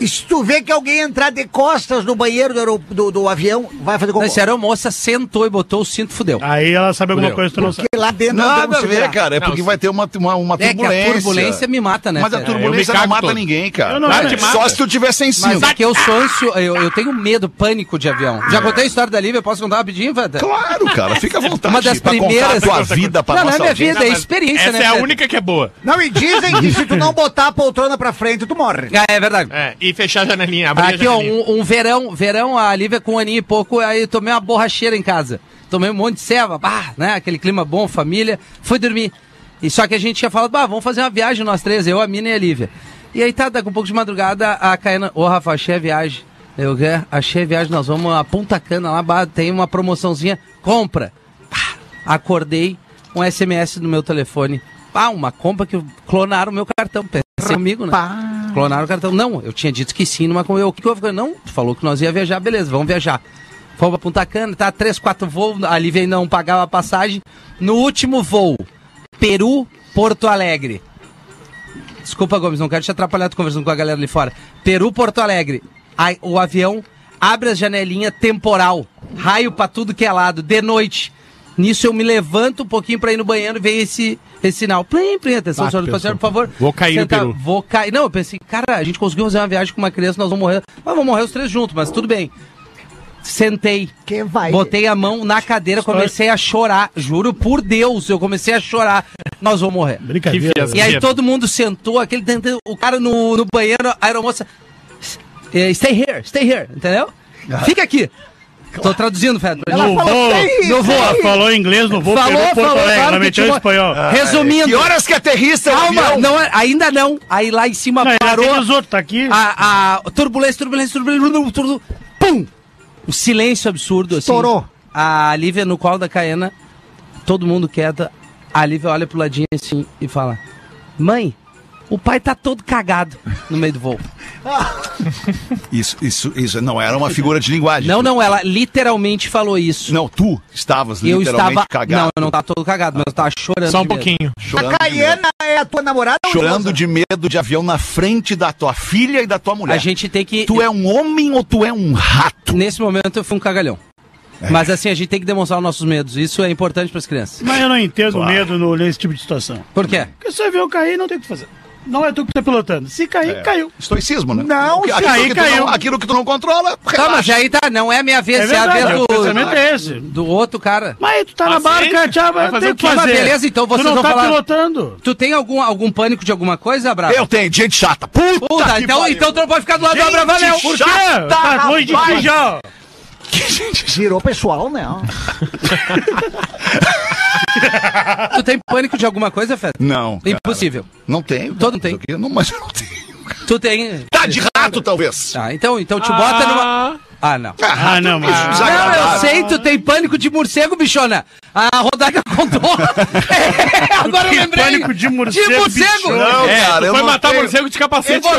[SPEAKER 8] E se tu vê que alguém entrar de costas no banheiro do, aerop- do- do avião, vai fazer
[SPEAKER 6] Não,
[SPEAKER 8] cocô.
[SPEAKER 6] esse aeromoça sentou e botou o cinto, fudeu.
[SPEAKER 5] Aí ela sabe alguma
[SPEAKER 7] Fudeu.
[SPEAKER 5] coisa que tu não sabe.
[SPEAKER 8] Porque lá dentro não tem como
[SPEAKER 4] Nada a ver,
[SPEAKER 8] segurar.
[SPEAKER 4] cara. É
[SPEAKER 7] Não,
[SPEAKER 4] porque
[SPEAKER 7] sim.
[SPEAKER 4] vai ter uma, uma, uma
[SPEAKER 6] É que
[SPEAKER 4] turbulência.
[SPEAKER 6] a turbulência me mata, né?
[SPEAKER 4] Mas a
[SPEAKER 6] Fer?
[SPEAKER 4] turbulência
[SPEAKER 7] É, eu
[SPEAKER 4] não
[SPEAKER 7] me cago
[SPEAKER 4] mata
[SPEAKER 7] todo.
[SPEAKER 4] ninguém, cara.
[SPEAKER 5] Eu não
[SPEAKER 4] Claro
[SPEAKER 5] mata.
[SPEAKER 4] que Só se tu tiver sem
[SPEAKER 6] Mas
[SPEAKER 4] cinto.
[SPEAKER 6] é que eu sou ansio... eu, eu tenho medo, pânico de avião. Já contei a história da Lívia, posso contar rapidinho, Vanda?
[SPEAKER 4] Claro, cara. Fica à vontade.
[SPEAKER 6] Uma das
[SPEAKER 4] pra
[SPEAKER 6] primeiras-
[SPEAKER 4] contar a tua vida pra
[SPEAKER 6] Não, não é
[SPEAKER 4] nossa
[SPEAKER 6] minha
[SPEAKER 4] audiência.
[SPEAKER 6] vida, é experiência,
[SPEAKER 7] Essa
[SPEAKER 6] né?
[SPEAKER 7] é a
[SPEAKER 6] Pedro?
[SPEAKER 7] única que é boa.
[SPEAKER 8] Não, e dizem que se tu não botar a poltrona pra frente, tu morre.
[SPEAKER 6] É, é verdade.
[SPEAKER 7] É, e fechar a janelinha, abrir a
[SPEAKER 6] Aqui, ó,
[SPEAKER 7] janelinha.
[SPEAKER 6] um, um verão, verão, a Lívia com um aninho e pouco, aí eu tomei uma borracheira em casa. Tomei um monte de ceva, bah, né? Aquele clima bom, família. Fui dormir. E só que a gente tinha falado, bah, vamos fazer uma viagem nós três, eu, a mina e a Lívia. E aí tá, daqui um pouco de madrugada, a Caena, ô Rafa, achei a viagem. Eu, "É, achei a viagem, nós vamos a Punta Cana lá, bah, tem uma promoçãozinha, compra. Pá, Acordei, um SMS no meu telefone. Ah, uma compra que clonaram o meu cartão. Pensei comigo, né? Clonaram o cartão. Não, eu tinha dito que sim numa compra. Eu, o que que houve? Eu, Não, tu falou que nós ia viajar, beleza, vamos viajar. Fomos pra Punta Cana, tá? Três, quatro voos, a Lívia ainda não pagava a passagem. No último voo, Peru, Porto Alegre. Desculpa, Gomes, não quero te atrapalhar, tô conversando com a galera ali fora. Peru, Porto Alegre. A- o avião abre a janelinha temporal. Raio pra tudo que é lado, de noite. Nisso eu me levanto um pouquinho pra ir no banheiro e vem esse, esse sinal. Plim, plim, atenção, senhor do passageiro, por favor.
[SPEAKER 7] Ah, Vou cair no Peru.
[SPEAKER 6] Vou cair. Não, eu pensei, cara, a gente conseguiu fazer uma viagem com uma criança, nós vamos morrer. Nós vamos morrer os três juntos, mas tudo bem. Sentei.
[SPEAKER 8] Que vai.
[SPEAKER 6] Botei a mão na cadeira, comecei a chorar. Juro por Deus, eu comecei a chorar. Nós vamos morrer.
[SPEAKER 5] Brincadeira.
[SPEAKER 7] Que fiasco.
[SPEAKER 6] E aí
[SPEAKER 7] Sabia.
[SPEAKER 6] todo mundo sentou, aquele tentando- o cara no, no banheiro, a aeromoça. eh, Stay here, stay here, entendeu?
[SPEAKER 4] Ah.
[SPEAKER 6] Fica aqui. Tô traduzindo, Fred. pra gente.
[SPEAKER 5] No voo,
[SPEAKER 6] No voo.
[SPEAKER 5] ela falou em inglês, no voo,
[SPEAKER 6] Falou,
[SPEAKER 5] pegou Porto
[SPEAKER 6] falou,
[SPEAKER 5] Alegre,
[SPEAKER 6] claro que
[SPEAKER 5] ela meteu
[SPEAKER 6] tinha
[SPEAKER 5] em
[SPEAKER 6] uma-
[SPEAKER 5] espanhol. Ah,
[SPEAKER 4] Que
[SPEAKER 6] Resumindo,
[SPEAKER 4] horas Ah, é. que aterrissa o
[SPEAKER 6] calma,
[SPEAKER 4] avião?
[SPEAKER 6] não, é- ainda não. Aí lá em cima
[SPEAKER 5] Não, ela
[SPEAKER 6] parou. Ah.
[SPEAKER 5] tem os outros, tá aqui.
[SPEAKER 6] A, a turbulência, turbulência, turbulência, turbulência, turbulência, pum! O silêncio absurdo, assim.
[SPEAKER 9] Estourou.
[SPEAKER 6] A Lívia no colo da Caena, todo mundo quieta. A Lívia olha pro ladinho assim e fala: Mãe, o pai tá todo cagado no meio do voo.
[SPEAKER 4] Isso, isso, isso não era uma figura de linguagem.
[SPEAKER 6] Não, não, ela literalmente falou isso.
[SPEAKER 4] Não, tu estavas
[SPEAKER 6] eu
[SPEAKER 4] literalmente
[SPEAKER 6] estava.
[SPEAKER 4] cagado.
[SPEAKER 6] Não, eu não tava todo cagado, mas eu tava chorando.
[SPEAKER 7] Só um
[SPEAKER 6] de medo.
[SPEAKER 7] pouquinho.
[SPEAKER 4] Chorando,
[SPEAKER 8] a
[SPEAKER 4] de medo,
[SPEAKER 8] Caiana é a tua namorada ou
[SPEAKER 4] chorando
[SPEAKER 8] esposa?
[SPEAKER 4] de medo de avião na frente da tua filha e da tua mulher.
[SPEAKER 6] A gente tem que.
[SPEAKER 4] Tu é um homem ou tu é um rato?
[SPEAKER 6] Nesse momento eu fui um cagalhão. Mas assim, a gente tem que demonstrar os nossos medos. Isso é importante pras crianças.
[SPEAKER 5] Mas eu não entendo medo no- nesse tipo de situação.
[SPEAKER 6] Por quê?
[SPEAKER 5] Porque se o avião cair, não tem o que fazer. Não é tu que tá pilotando. Se cair,
[SPEAKER 6] É.
[SPEAKER 5] caiu.
[SPEAKER 4] Estoicismo, né?
[SPEAKER 9] Não,
[SPEAKER 4] Aquilo
[SPEAKER 5] se aí
[SPEAKER 4] que tu
[SPEAKER 5] caiu.
[SPEAKER 4] não- aquilo que tu não controla,
[SPEAKER 6] Tá,
[SPEAKER 4] relaxa.
[SPEAKER 6] mas aí tá, não é a minha vez,
[SPEAKER 5] É
[SPEAKER 6] é, a
[SPEAKER 5] verdade,
[SPEAKER 6] vez
[SPEAKER 5] o pensamento
[SPEAKER 6] do,
[SPEAKER 5] é esse.
[SPEAKER 6] do outro cara.
[SPEAKER 5] Mas tu tá
[SPEAKER 7] Paciência.
[SPEAKER 5] na barca, tchau,
[SPEAKER 7] Vai
[SPEAKER 5] vai
[SPEAKER 7] fazer
[SPEAKER 5] ter
[SPEAKER 7] o
[SPEAKER 5] que
[SPEAKER 7] quê?
[SPEAKER 5] fazer.
[SPEAKER 6] Mas beleza, então vocês
[SPEAKER 5] tu não
[SPEAKER 6] vão
[SPEAKER 5] tá
[SPEAKER 6] falar-
[SPEAKER 5] pilotando.
[SPEAKER 6] Tu tem algum, algum pânico de alguma coisa, Abraão?
[SPEAKER 4] Eu tenho gente chata. Puta,
[SPEAKER 6] Puta,
[SPEAKER 4] que
[SPEAKER 6] então,
[SPEAKER 4] pariu.
[SPEAKER 6] então tu não pode ficar do lado do Abraão, valeu.
[SPEAKER 5] Por quê? Tá longe de ti já.
[SPEAKER 8] Girou pessoal, né?
[SPEAKER 6] Tu tem pânico de alguma coisa, Feta?
[SPEAKER 4] Não, cara,
[SPEAKER 6] Impossível.
[SPEAKER 4] não tenho.
[SPEAKER 6] Todo tem.
[SPEAKER 4] Não, mas eu não tenho. cara.
[SPEAKER 6] Tu tem.
[SPEAKER 4] Tá de rato, talvez.
[SPEAKER 6] Ah, então, então te bota numa. Ah, não.
[SPEAKER 5] Ah, não, mas.
[SPEAKER 4] bicho,
[SPEAKER 6] Não,
[SPEAKER 4] desagradável.
[SPEAKER 6] eu sei, tu tem pânico de morcego, bichona. A Rodaica contou. É, agora eu
[SPEAKER 5] Tem
[SPEAKER 6] lembrei.
[SPEAKER 5] pânico de morcego,
[SPEAKER 6] De morcego.
[SPEAKER 5] bichona.
[SPEAKER 4] Não,
[SPEAKER 7] É,
[SPEAKER 4] cara,
[SPEAKER 7] tu
[SPEAKER 4] eu
[SPEAKER 7] foi
[SPEAKER 4] não
[SPEAKER 7] matar
[SPEAKER 4] tenho-
[SPEAKER 7] morcego de
[SPEAKER 6] Ele
[SPEAKER 7] capacete. né?
[SPEAKER 6] botou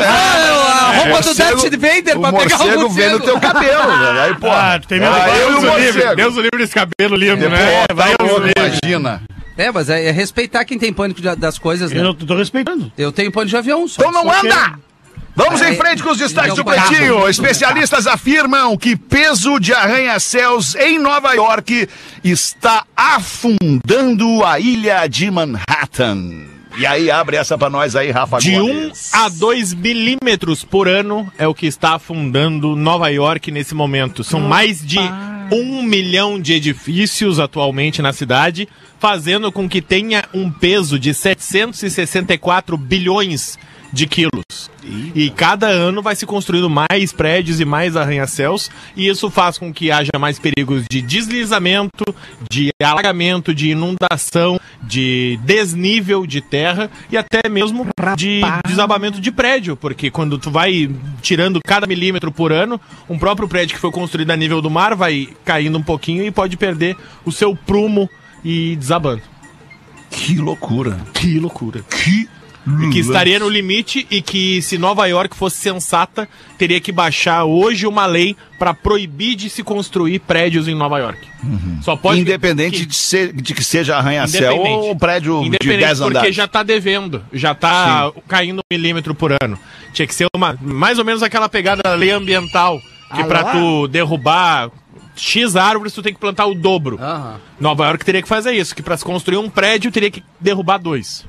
[SPEAKER 6] a
[SPEAKER 7] cara.
[SPEAKER 6] roupa Ah, do
[SPEAKER 4] É. morcego-
[SPEAKER 6] Darth Vader
[SPEAKER 4] o
[SPEAKER 6] pra pegar o
[SPEAKER 4] morcego
[SPEAKER 6] morcego.
[SPEAKER 4] vem no teu cabelo, velho. Aí, pô.
[SPEAKER 5] Ah, tem medo
[SPEAKER 4] era
[SPEAKER 5] de
[SPEAKER 4] eu e o
[SPEAKER 5] Deus o livre,
[SPEAKER 4] morcego.
[SPEAKER 7] Deus o livre desse cabelo lindo,
[SPEAKER 4] Depois,
[SPEAKER 7] né?
[SPEAKER 4] tá
[SPEAKER 7] Vai
[SPEAKER 4] louco,
[SPEAKER 7] Deus o livre.
[SPEAKER 4] imagina.
[SPEAKER 6] É, mas é, é respeitar quem tem pânico de- das coisas, né?
[SPEAKER 5] Eu tô respeitando.
[SPEAKER 6] Eu tenho pânico de avião só.
[SPEAKER 4] Então não
[SPEAKER 6] só que-
[SPEAKER 4] anda! Vamos
[SPEAKER 6] É,
[SPEAKER 4] em frente com os destaques
[SPEAKER 6] não
[SPEAKER 4] do
[SPEAKER 6] parava.
[SPEAKER 4] Pretinho. Especialistas afirmam que peso de arranha-céus em Nova York está afundando a ilha de Manhattan. E aí, abre essa pra nós aí, Rafa.
[SPEAKER 7] De 1
[SPEAKER 4] Gomes.
[SPEAKER 7] a 2 milímetros por ano é o que está afundando Nova York nesse momento. São mais de um milhão de edifícios atualmente na cidade, fazendo com que tenha um peso de 764 bilhões de quilos. E cada ano vai se construindo mais prédios e mais arranha-céus, e isso faz com que haja mais perigos de deslizamento, de alagamento, de inundação, de desnível de terra e até mesmo de desabamento de prédio, porque quando tu vai tirando cada milímetro por ano, um próprio prédio que foi construído a nível do mar vai caindo um pouquinho e pode perder o seu prumo e desabando.
[SPEAKER 4] Que loucura.
[SPEAKER 7] Que loucura.
[SPEAKER 4] Que
[SPEAKER 7] E que estaria no limite e que se Nova York fosse sensata, teria que baixar hoje uma lei para proibir de se construir prédios em Nova York. Só pode
[SPEAKER 4] Uhum. Independente
[SPEAKER 7] que-
[SPEAKER 4] de, ser, de que seja arranha-céu ou um prédio de
[SPEAKER 7] Independente,
[SPEAKER 4] 10
[SPEAKER 7] porque
[SPEAKER 4] andares.
[SPEAKER 7] já tá devendo, já tá caindo um milímetro por ano. Tinha que ser uma, mais ou menos aquela pegada da lei ambiental, que pra tu derrubar X árvores, tu tem que plantar o dobro.
[SPEAKER 6] Aham.
[SPEAKER 7] Nova York teria que fazer isso, que pra se construir um prédio, teria que derrubar dois.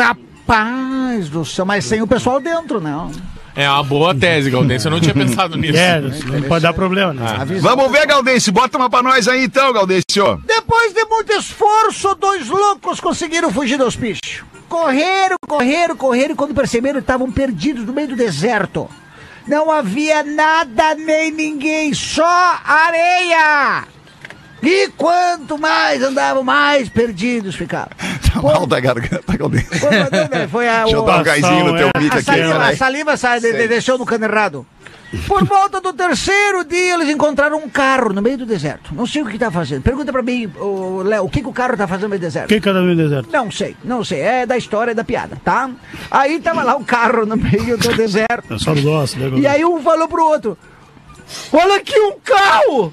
[SPEAKER 9] Rapaz do céu, mas sem o pessoal dentro, né?
[SPEAKER 7] É uma boa tese, Gaudense, eu não tinha pensado nisso.
[SPEAKER 5] É, não pode dar problema, né?
[SPEAKER 4] Vamos ver, Galdense. Bota uma pra nós aí então, Galdense. ó.
[SPEAKER 8] Depois de muito esforço, dois loucos conseguiram fugir dos bichos. Correram, correram, correram, e quando perceberam, estavam perdidos no meio do deserto. Não havia nada nem ninguém, só areia! E quanto mais andavam, mais perdidos ficavam.
[SPEAKER 4] Tá mal da garganta, Galdense.
[SPEAKER 8] Foi, foi, foi a,
[SPEAKER 4] Deixa eu dar um
[SPEAKER 8] o,
[SPEAKER 4] gásinho no teu
[SPEAKER 5] é.
[SPEAKER 4] mic
[SPEAKER 8] a
[SPEAKER 4] aqui.
[SPEAKER 8] saliva, a
[SPEAKER 4] peraí.
[SPEAKER 8] saliva sa- de- de- deixou no cano errado. Por volta do terceiro dia, eles encontraram um carro no meio do deserto. Não sei o que está fazendo. Pergunta pra mim, ô, Léo, o que, que o carro tá fazendo no meio do deserto?
[SPEAKER 5] Quem cada vez deserto?
[SPEAKER 8] Não sei, não sei. É da história, é da piada, tá? Aí tava lá o carro no meio do deserto.
[SPEAKER 5] Eu só gosto, né?
[SPEAKER 8] E aí um falou pro outro: Olha aqui um carro!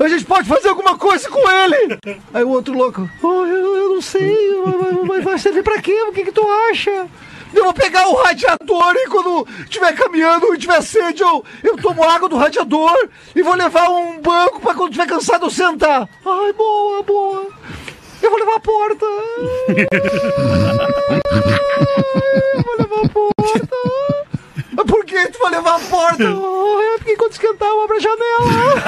[SPEAKER 8] A gente pode fazer alguma coisa com ele! Aí o outro louco: "Oh, eu, eu não sei, mas- mas vai servir pra quê? O que, que tu acha? Eu vou pegar o radiador e quando estiver caminhando e tiver sede, eu, eu tomo água do radiador e vou levar um banco pra quando estiver cansado eu sentar. Ai, boa, boa. Eu vou levar a porta. Eu vou levar a porta. Mas Por que tu vai levar a porta? Oh, é porque quando esquentar eu abro a janela.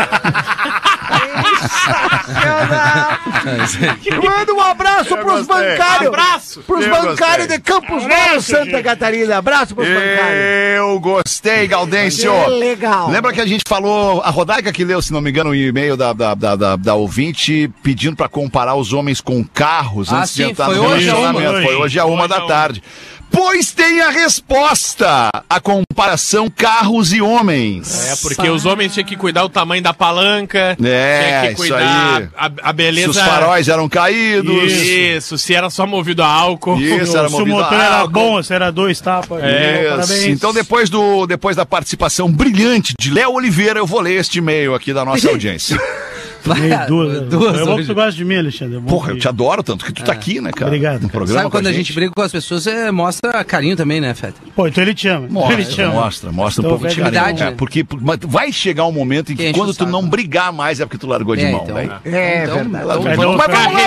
[SPEAKER 8] Sacanagem. Manda um abraço pros
[SPEAKER 4] gostei.
[SPEAKER 8] bancários.
[SPEAKER 7] Abraço.
[SPEAKER 8] Pros
[SPEAKER 4] Eu
[SPEAKER 8] bancários
[SPEAKER 4] gostei.
[SPEAKER 8] de Campos Novo, Santa Catarina. Abraço pros bancários.
[SPEAKER 4] Eu gostei, Gaudêncio.
[SPEAKER 8] Que legal.
[SPEAKER 4] Lembra que a gente falou, a Rodaica que leu, se não me engano, o e-mail da, da, da, da, da ouvinte pedindo pra comparar os homens com carros
[SPEAKER 6] Ah,
[SPEAKER 4] antes de
[SPEAKER 6] sim,
[SPEAKER 4] entrar
[SPEAKER 6] foi
[SPEAKER 4] no
[SPEAKER 6] hoje a uma.
[SPEAKER 4] relacionamento. Foi hoje a uma
[SPEAKER 7] Hoje
[SPEAKER 4] da
[SPEAKER 7] a uma.
[SPEAKER 4] tarde. Pois tem a resposta: a comparação carros e homens.
[SPEAKER 7] É, porque os homens tinham que cuidar o tamanho da palanca,
[SPEAKER 4] É,
[SPEAKER 7] tinha que
[SPEAKER 4] isso
[SPEAKER 7] cuidar
[SPEAKER 4] aí.
[SPEAKER 7] a, a
[SPEAKER 4] Se
[SPEAKER 7] beleza.
[SPEAKER 4] os faróis eram caídos.
[SPEAKER 7] Isso. se era só movido a álcool.
[SPEAKER 4] Isso, era
[SPEAKER 5] Se o
[SPEAKER 4] movido Ah, a
[SPEAKER 5] motor era
[SPEAKER 4] álcool.
[SPEAKER 5] bom, se era dois tapas.
[SPEAKER 4] Isso. Então, depois, do, depois da participação brilhante de Léo Oliveira, eu vou ler este e-mail aqui da nossa audiência.
[SPEAKER 5] Meio duas. né?
[SPEAKER 6] Ah, Duas
[SPEAKER 5] Eu amo que
[SPEAKER 6] hoje.
[SPEAKER 5] tu gosta de mim, Alexandre. é bom
[SPEAKER 4] Porra,
[SPEAKER 5] que-
[SPEAKER 4] eu te adoro tanto que tu tá aqui, né, cara?
[SPEAKER 5] Obrigado,
[SPEAKER 4] No
[SPEAKER 5] cara.
[SPEAKER 4] programa
[SPEAKER 6] Sabe
[SPEAKER 4] com
[SPEAKER 6] quando a gente briga com as pessoas, você mostra carinho também, né, Feta?
[SPEAKER 5] Pô, então ele te ama. então ele te
[SPEAKER 4] Mostra,
[SPEAKER 5] ama.
[SPEAKER 4] mostra, mostra um
[SPEAKER 5] Então,
[SPEAKER 4] pouco de
[SPEAKER 5] velho,
[SPEAKER 4] carinho.
[SPEAKER 6] verdade,
[SPEAKER 4] cara,
[SPEAKER 6] né?
[SPEAKER 4] porque por- mas vai chegar um momento em que
[SPEAKER 6] Enche o
[SPEAKER 4] quando tu
[SPEAKER 6] saco.
[SPEAKER 4] não brigar mais é porque tu largou de
[SPEAKER 6] né? É,
[SPEAKER 4] mão,
[SPEAKER 6] então,
[SPEAKER 4] velho.
[SPEAKER 6] né?
[SPEAKER 8] É
[SPEAKER 6] Então,
[SPEAKER 8] verdade.
[SPEAKER 6] então,
[SPEAKER 5] Vai
[SPEAKER 4] Vamos-
[SPEAKER 5] dar
[SPEAKER 4] Mas
[SPEAKER 5] outra-
[SPEAKER 4] vamos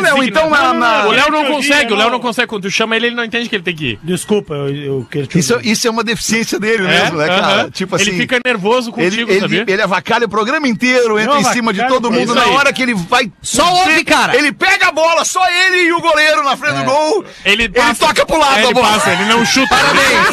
[SPEAKER 4] lá, Léo, então na... na-
[SPEAKER 7] Ah, O Léo não
[SPEAKER 5] Hoje em dia,
[SPEAKER 7] consegue, o Léo
[SPEAKER 5] não.
[SPEAKER 7] não consegue. Quando tu chama ele, ele não entende que ele tem que ir.
[SPEAKER 5] Desculpa, eu, eu quero te
[SPEAKER 4] Isso, isso é uma deficiência dele mesmo, né, cara?
[SPEAKER 7] É, aham.
[SPEAKER 4] Tipo assim...
[SPEAKER 7] Ele fica nervoso
[SPEAKER 4] ele,
[SPEAKER 7] contigo,
[SPEAKER 4] ele,
[SPEAKER 7] sabia?
[SPEAKER 4] ele avacalha o programa inteiro, entra em
[SPEAKER 5] avacalha
[SPEAKER 4] cima de
[SPEAKER 5] o
[SPEAKER 4] todo
[SPEAKER 5] programa.
[SPEAKER 4] mundo.
[SPEAKER 7] Isso
[SPEAKER 4] Na
[SPEAKER 7] aí.
[SPEAKER 4] hora que ele vai.
[SPEAKER 6] Só ouve, cara.
[SPEAKER 4] Ele pega a bola, só ele e o goleiro na frente do gol.
[SPEAKER 7] passa-
[SPEAKER 4] toca pro lado a
[SPEAKER 7] É, ele
[SPEAKER 4] bola.
[SPEAKER 7] passa, ele não chuta. Parabéns.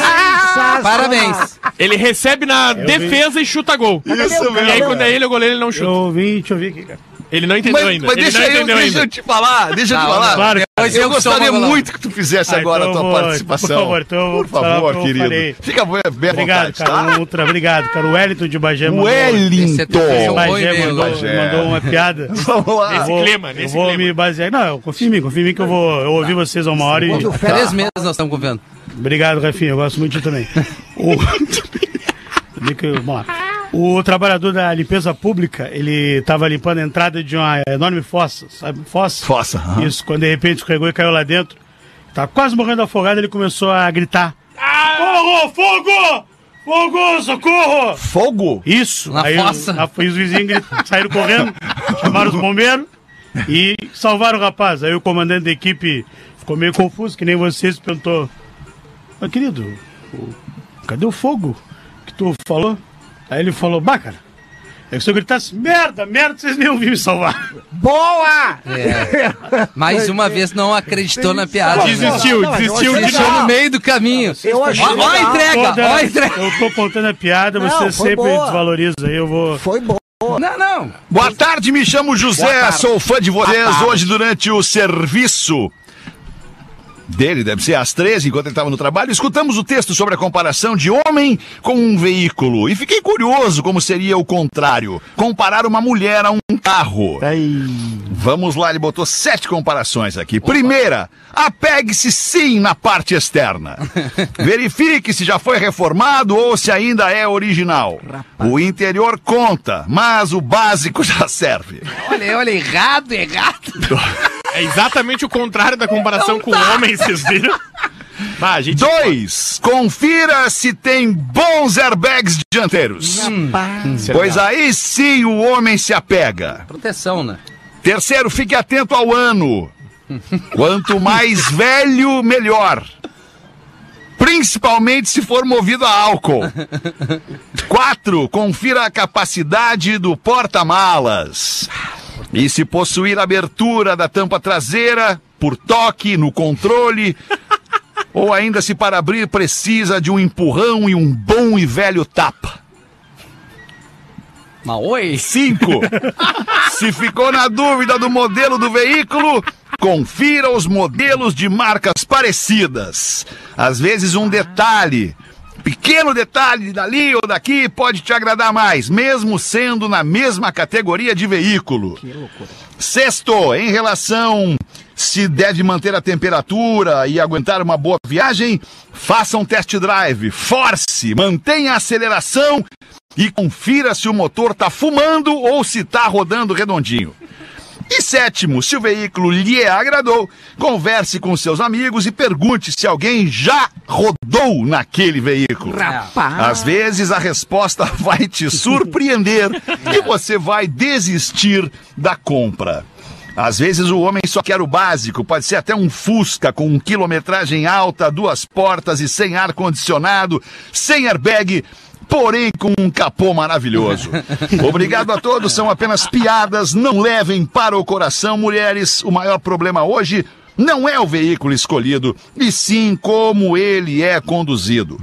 [SPEAKER 6] então, Parabéns.
[SPEAKER 7] Ele recebe na defesa e chuta gol.
[SPEAKER 4] Isso
[SPEAKER 7] E aí,
[SPEAKER 4] mesmo.
[SPEAKER 7] quando é ele, o goleiro, ele não chuta.
[SPEAKER 5] Eu ouvi, te ouvi aqui, cara.
[SPEAKER 7] Ele não entendeu
[SPEAKER 4] Mas,
[SPEAKER 7] ainda.
[SPEAKER 4] mas
[SPEAKER 7] Ele
[SPEAKER 4] deixa,
[SPEAKER 7] não
[SPEAKER 4] eu,
[SPEAKER 7] entendeu
[SPEAKER 4] deixa eu
[SPEAKER 7] ainda.
[SPEAKER 4] te falar, deixa eu te
[SPEAKER 6] Tá,
[SPEAKER 4] falar.
[SPEAKER 5] claro que
[SPEAKER 4] eu,
[SPEAKER 6] pode. Eu que sou
[SPEAKER 4] gostaria
[SPEAKER 6] magoado.
[SPEAKER 4] muito que tu fizesse
[SPEAKER 5] Ah,
[SPEAKER 4] agora
[SPEAKER 5] então
[SPEAKER 4] a tua
[SPEAKER 5] eu vou-
[SPEAKER 4] participação.
[SPEAKER 5] por favor, então eu vou
[SPEAKER 4] Por
[SPEAKER 5] falar o
[SPEAKER 4] favor,
[SPEAKER 5] que eu
[SPEAKER 4] querido.
[SPEAKER 5] falei.
[SPEAKER 4] Fica bem à
[SPEAKER 5] Obrigado,
[SPEAKER 4] vontade,
[SPEAKER 5] cara.
[SPEAKER 4] tá?
[SPEAKER 5] Ultra, obrigado, cara. O Wellington de Bagé mandou. O
[SPEAKER 6] Esse é
[SPEAKER 4] Wellington.
[SPEAKER 6] o- Oi,
[SPEAKER 5] Bagé
[SPEAKER 6] meu.
[SPEAKER 5] mandou,
[SPEAKER 4] Bagé.
[SPEAKER 5] mandou uma piada.
[SPEAKER 4] Vamos lá.
[SPEAKER 5] Eu vou-
[SPEAKER 7] clima,
[SPEAKER 5] eu
[SPEAKER 7] nesse
[SPEAKER 5] vou
[SPEAKER 7] clima.
[SPEAKER 5] me basear. Não, confia em mim, confia em mim que eu vou eu ouvi vocês há uma hora e.
[SPEAKER 6] Três meses nós estamos convendo.
[SPEAKER 5] Obrigado, Rafinha. Eu gosto muito de ti também. O... Nico, vamos lá. O trabalhador da limpeza pública, ele estava limpando a entrada de uma enorme fossa, sabe? Fossa.
[SPEAKER 4] Fossa, aham.
[SPEAKER 5] Isso, quando de repente escorregou e caiu lá dentro. Tava quase morrendo afogado, ele começou a gritar. Fogo! Fogo! Fogo! Socorro!
[SPEAKER 4] Fogo?
[SPEAKER 5] Isso.
[SPEAKER 6] Na
[SPEAKER 5] aí
[SPEAKER 6] fossa.
[SPEAKER 5] O, a, aí os vizinhos gritaram, saíram correndo, chamaram os bombeiros e salvaram o rapaz. Aí o comandante da equipe ficou meio confuso, que nem vocês, perguntou: Mas querido, o- cadê o fogo que tu falou? Aí ele falou: Bah, cara, é que se eu gritasse merda, merda, vocês nem iam vir me salvar.
[SPEAKER 8] Boa!
[SPEAKER 6] É. Mais uma vez não acreditou na piada.
[SPEAKER 7] Desistiu,
[SPEAKER 8] Não, não,
[SPEAKER 7] desistiu
[SPEAKER 8] eu
[SPEAKER 7] de
[SPEAKER 8] achei-
[SPEAKER 6] Deixou
[SPEAKER 7] novo.
[SPEAKER 6] no meio do caminho.
[SPEAKER 8] Eu achei
[SPEAKER 6] Ó, ó a
[SPEAKER 8] legal.
[SPEAKER 6] entrega,
[SPEAKER 5] Toda-
[SPEAKER 6] ó a entrega.
[SPEAKER 5] Eu tô contando a piada,
[SPEAKER 8] Não,
[SPEAKER 5] vocês
[SPEAKER 8] foi
[SPEAKER 5] sempre
[SPEAKER 8] boa.
[SPEAKER 5] desvalorizam. Aí eu vou.
[SPEAKER 8] Foi bom.
[SPEAKER 6] Não, não.
[SPEAKER 4] Boa tarde, me chamo José, sou fã de vocês. Hoje, durante o serviço dele, deve ser às 13, enquanto ele estava no trabalho, escutamos o texto sobre a comparação de homem com um veículo. E fiquei curioso como seria o contrário: comparar uma mulher a um carro.
[SPEAKER 5] Tá
[SPEAKER 4] Vamos lá, ele botou sete comparações aqui. Primeira, apegue-se sim na parte externa. Verifique se já foi reformado ou se ainda é original. O interior conta, mas o básico já serve.
[SPEAKER 6] Olha, olha, errado, errado.
[SPEAKER 7] É exatamente o contrário da comparação com o homem, vocês viram? Bah, a gente...
[SPEAKER 4] Dois, confira se tem bons airbags dianteiros. Pois aí sim o homem se apega.
[SPEAKER 6] Proteção, né?
[SPEAKER 4] Terceiro, fique atento ao ano. Quanto mais velho, melhor. Principalmente se for movido a álcool. Quatro, confira a capacidade do porta-malas. E se possuir abertura da tampa traseira, por toque, no controle. Ou ainda, se para abrir, precisa de um empurrão e um bom e velho tapa.
[SPEAKER 6] Mas oi.
[SPEAKER 4] 5. Se ficou na dúvida do modelo do veículo, confira os modelos de marcas parecidas. Às vezes um detalhe, pequeno detalhe dali ou daqui pode te agradar mais, mesmo sendo na mesma categoria de veículo. Sexto, em relação se deve manter a temperatura e aguentar uma boa viagem, faça um test drive, force, mantenha a aceleração e confira se o motor tá fumando ou se tá rodando redondinho. E sétimo, se o veículo lhe agradou, converse com seus amigos e pergunte se alguém já rodou naquele veículo. Às vezes a resposta vai te surpreender e você vai desistir da compra. Às vezes o homem só quer o básico, pode ser até um Fusca com um quilometragem alta, duas portas e sem ar-condicionado, sem airbag, porém com um capô maravilhoso. Obrigado a todos, são apenas piadas, não levem para o coração, mulheres. O maior problema hoje não é o veículo escolhido, e sim como ele é conduzido.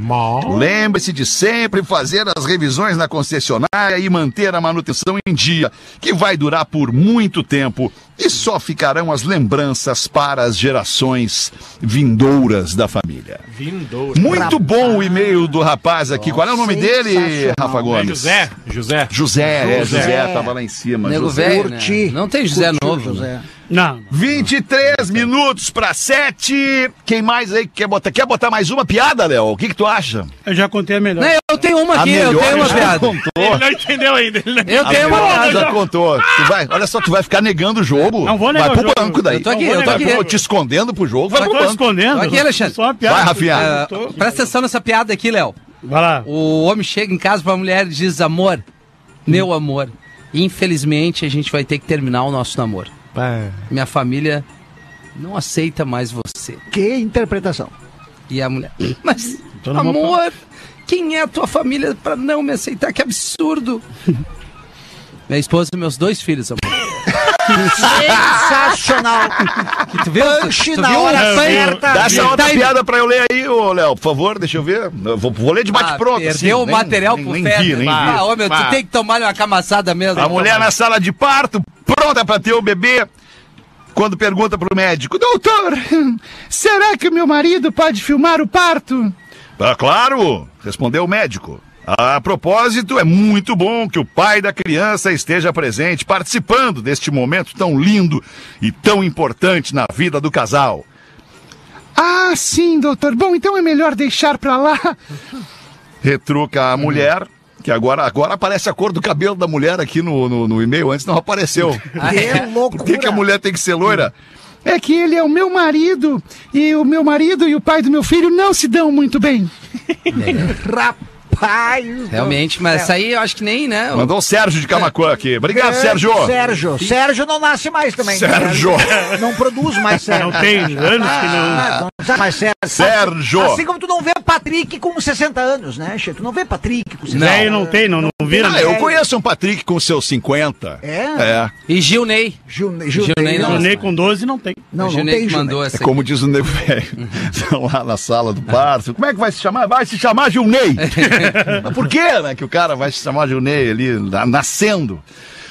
[SPEAKER 4] Lembre-se de sempre fazer as revisões na concessionária e manter a manutenção em dia, que vai durar por muito tempo e só ficarão as lembranças para as gerações vindouras da família.
[SPEAKER 7] Vindouro.
[SPEAKER 4] Muito bom o e-mail do rapaz aqui. Qual é o nome dele, Rafa Gomes?
[SPEAKER 7] José, José.
[SPEAKER 4] José, é, José, tava lá em cima.
[SPEAKER 6] Nego
[SPEAKER 4] José.
[SPEAKER 6] velho, né? Não tem José novo. né?
[SPEAKER 5] Não.
[SPEAKER 4] 23 minutos para 7. Quem mais aí que quer botar? Quer botar mais uma piada, Léo? O que, que tu acha?
[SPEAKER 5] Eu já contei a melhor.
[SPEAKER 6] Não, eu tenho uma aqui, eu tenho uma
[SPEAKER 4] já
[SPEAKER 6] piada.
[SPEAKER 7] Ele
[SPEAKER 4] contou.
[SPEAKER 7] não entendeu ainda. Ele não...
[SPEAKER 6] Eu tenho uma
[SPEAKER 4] Ah,
[SPEAKER 6] piada.
[SPEAKER 4] já contou. Tu vai, olha só, tu vai ficar negando o jogo.
[SPEAKER 5] Não vou negar
[SPEAKER 4] Vai pro
[SPEAKER 5] o jogo.
[SPEAKER 4] banco daí.
[SPEAKER 6] Eu tô aqui,
[SPEAKER 4] Vai
[SPEAKER 6] eu tô
[SPEAKER 4] pro-
[SPEAKER 6] aqui.
[SPEAKER 4] te escondendo pro jogo, Tá vai
[SPEAKER 5] Eu
[SPEAKER 4] pro
[SPEAKER 5] tô
[SPEAKER 4] banco.
[SPEAKER 5] escondendo.
[SPEAKER 6] Aqui, Alexandre.
[SPEAKER 5] Só uma piada.
[SPEAKER 4] Vai, Rafinha.
[SPEAKER 6] Ah,
[SPEAKER 5] Eu tô-
[SPEAKER 6] presta atenção nessa piada aqui, Léo.
[SPEAKER 5] Vai lá.
[SPEAKER 6] O homem chega em casa pra mulher e diz: Amor, meu amor, infelizmente a gente vai ter que terminar o nosso namoro.
[SPEAKER 9] É.
[SPEAKER 6] Minha família não aceita mais você.
[SPEAKER 9] Que interpretação. Então
[SPEAKER 6] E a mulher: Mas,
[SPEAKER 5] Tô na
[SPEAKER 6] amor, quem é a tua família pra não me aceitar? Que absurdo! Minha esposa e meus dois filhos, amor.
[SPEAKER 9] Sensacional.
[SPEAKER 6] Tu viu?
[SPEAKER 9] Punch
[SPEAKER 6] tu
[SPEAKER 9] na
[SPEAKER 6] viu?
[SPEAKER 9] hora
[SPEAKER 5] Eu vi.
[SPEAKER 9] certa.
[SPEAKER 4] Dá essa
[SPEAKER 6] Ele
[SPEAKER 4] outra
[SPEAKER 6] tá em-
[SPEAKER 4] piada pra eu ler aí, ô Léo, por favor, deixa eu ver. Eu vou, vou ler de bate-pronto.
[SPEAKER 6] Ah, Perdeu
[SPEAKER 4] assim,
[SPEAKER 6] o
[SPEAKER 4] nem-
[SPEAKER 6] material
[SPEAKER 4] nem-
[SPEAKER 6] pro
[SPEAKER 4] nem
[SPEAKER 6] Federer.
[SPEAKER 4] vi, nem vi.
[SPEAKER 6] Ah, ô meu,
[SPEAKER 7] Bah.
[SPEAKER 6] tu tem que tomar uma camaçada mesmo.
[SPEAKER 4] A mulher na sala de parto, pronta pra ter o bebê, quando pergunta pro médico: Doutor, será que o meu marido pode filmar o parto? Ah, claro, respondeu o médico. A propósito, é muito bom que o pai da criança esteja presente, participando deste momento tão lindo e tão importante na vida do casal. Ah, sim, doutor. Bom, então é melhor deixar pra lá. Retruca a mulher, que agora, agora aparece a cor do cabelo da mulher aqui no, no, no e-mail, antes não apareceu.
[SPEAKER 9] Que
[SPEAKER 4] Por que, que a
[SPEAKER 9] loucura.
[SPEAKER 4] mulher tem que ser loira? É que ele é o meu marido, e o meu marido e o pai do meu filho não se dão muito bem.
[SPEAKER 9] Rapaz.
[SPEAKER 6] Realmente,
[SPEAKER 9] É.
[SPEAKER 6] mas isso aí eu acho que nem, né?
[SPEAKER 4] Mandou o Sérgio de Camacuã aqui. Obrigado,
[SPEAKER 8] É,
[SPEAKER 4] Sérgio.
[SPEAKER 9] Sérgio. Sérgio não nasce mais também.
[SPEAKER 4] Sérgio. né?
[SPEAKER 9] Não produz mais Sérgio.
[SPEAKER 5] Não tem anos que não.
[SPEAKER 9] Ah, não sabe mais Sérgio.
[SPEAKER 4] Sérgio.
[SPEAKER 9] Assim como tu não vê Patrick com 60 anos, né, Che? Tu não vê Patrick com 60
[SPEAKER 5] Velho
[SPEAKER 9] anos.
[SPEAKER 5] não tem, não, não vira.
[SPEAKER 4] Ah, eu conheço um Patrick com seus 50.
[SPEAKER 9] É?
[SPEAKER 4] É.
[SPEAKER 6] E Gil Ney.
[SPEAKER 9] Gil,
[SPEAKER 6] Gilney não.
[SPEAKER 5] Eu nem com 12 não tem.
[SPEAKER 9] Não,
[SPEAKER 6] o
[SPEAKER 9] não
[SPEAKER 6] Gil Ney
[SPEAKER 9] tem
[SPEAKER 6] que
[SPEAKER 9] Gil
[SPEAKER 6] mandou
[SPEAKER 4] É
[SPEAKER 6] essa.
[SPEAKER 4] como diz o nego velho. Estão lá na sala do parto. Como é que vai se chamar? Vai se chamar Gilney. Mas Por quê, né, que o cara vai se chamar Gilney ali, na- nascendo?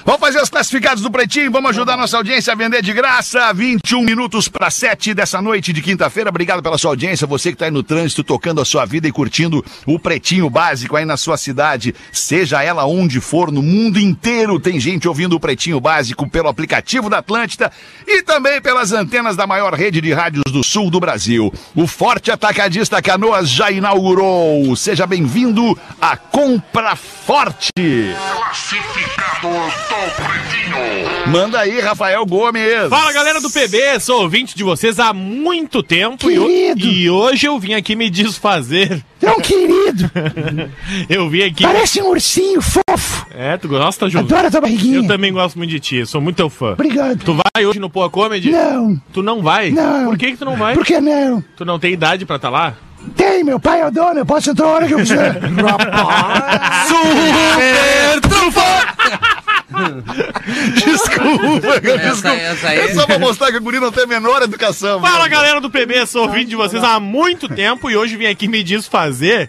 [SPEAKER 4] Vamos fazer os classificados do Pretinho, vamos ajudar a nossa audiência a vender de graça. 21 minutos para 7 dessa noite de quinta-feira. Obrigado pela sua audiência, você que está aí no trânsito, tocando a sua vida e curtindo o Pretinho Básico aí na sua cidade. Seja ela onde for, no mundo inteiro tem gente ouvindo o Pretinho Básico pelo aplicativo da Atlântida e também pelas antenas da maior rede de rádios do sul do Brasil. O Forte Atacadista Canoas já inaugurou. Seja bem-vindo à Compra Forte. Manda aí, Rafael Gomes.
[SPEAKER 7] Fala galera do PB, sou ouvinte de vocês há muito tempo e, ho-
[SPEAKER 2] Querido.
[SPEAKER 7] e hoje eu vim aqui me desfazer.
[SPEAKER 2] É um querido.
[SPEAKER 7] Eu vim aqui.
[SPEAKER 2] Parece um ursinho fofo.
[SPEAKER 7] É, tu gosta, Ju?
[SPEAKER 2] Adoro a tua
[SPEAKER 7] Eu
[SPEAKER 2] barriguinha.
[SPEAKER 7] também gosto muito de ti, sou muito teu fã.
[SPEAKER 2] Obrigado.
[SPEAKER 7] Tu vai hoje no Poa Comedy?
[SPEAKER 2] Não,
[SPEAKER 7] Tu não vai?
[SPEAKER 2] Não.
[SPEAKER 7] Por que, que tu não vai?
[SPEAKER 2] por que não?
[SPEAKER 7] Tu não tem idade pra tá lá?
[SPEAKER 2] né, Tem, meu pai é o dono, eu posso entrar a hora que eu quiser.
[SPEAKER 6] Super trufo!
[SPEAKER 4] Desculpa,
[SPEAKER 6] Essa, essa aí.
[SPEAKER 4] É só pra mostrar que o guri não tem a menor educação.
[SPEAKER 7] Fala galera do PB, sou ouvinte de vocês há muito tempo e hoje vim aqui me desfazer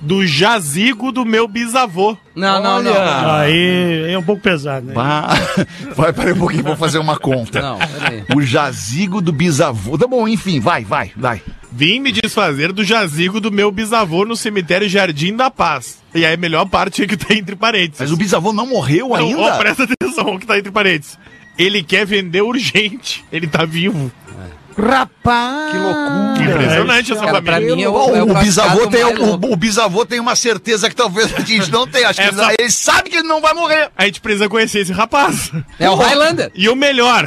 [SPEAKER 7] do jazigo do meu bisavô.
[SPEAKER 6] Não, não, não.
[SPEAKER 5] Aí é um pouco pesado, né?
[SPEAKER 4] Ah, vai, peraí um pouquinho, vou fazer uma conta.
[SPEAKER 6] Não, peraí.
[SPEAKER 4] O jazigo do bisavô. Tá bom, enfim, vai, vai, vai.
[SPEAKER 7] Vim me desfazer do jazigo do meu bisavô no cemitério Jardim da Paz. E aí a melhor parte é que tá entre parênteses.
[SPEAKER 4] Mas o bisavô não morreu
[SPEAKER 7] Não, ó,
[SPEAKER 4] ainda?
[SPEAKER 7] presta atenção o que tá entre parênteses. Ele quer vender urgente. Ele tá vivo.
[SPEAKER 9] Rapaz. Que loucura.
[SPEAKER 7] Impressionante essa
[SPEAKER 6] Cara, pra
[SPEAKER 7] família.
[SPEAKER 6] mim é
[SPEAKER 4] Ó,
[SPEAKER 6] o, é
[SPEAKER 4] o, bisavô
[SPEAKER 6] cascado
[SPEAKER 4] tem,
[SPEAKER 6] mais
[SPEAKER 4] o,
[SPEAKER 6] louco.
[SPEAKER 4] o bisavô tem uma certeza que talvez a gente não tenha. Acho que
[SPEAKER 7] Essa-
[SPEAKER 4] ele, ele sabe que ele não vai morrer.
[SPEAKER 7] A gente precisa conhecer esse rapaz.
[SPEAKER 6] É o Highlander.
[SPEAKER 7] E o melhor,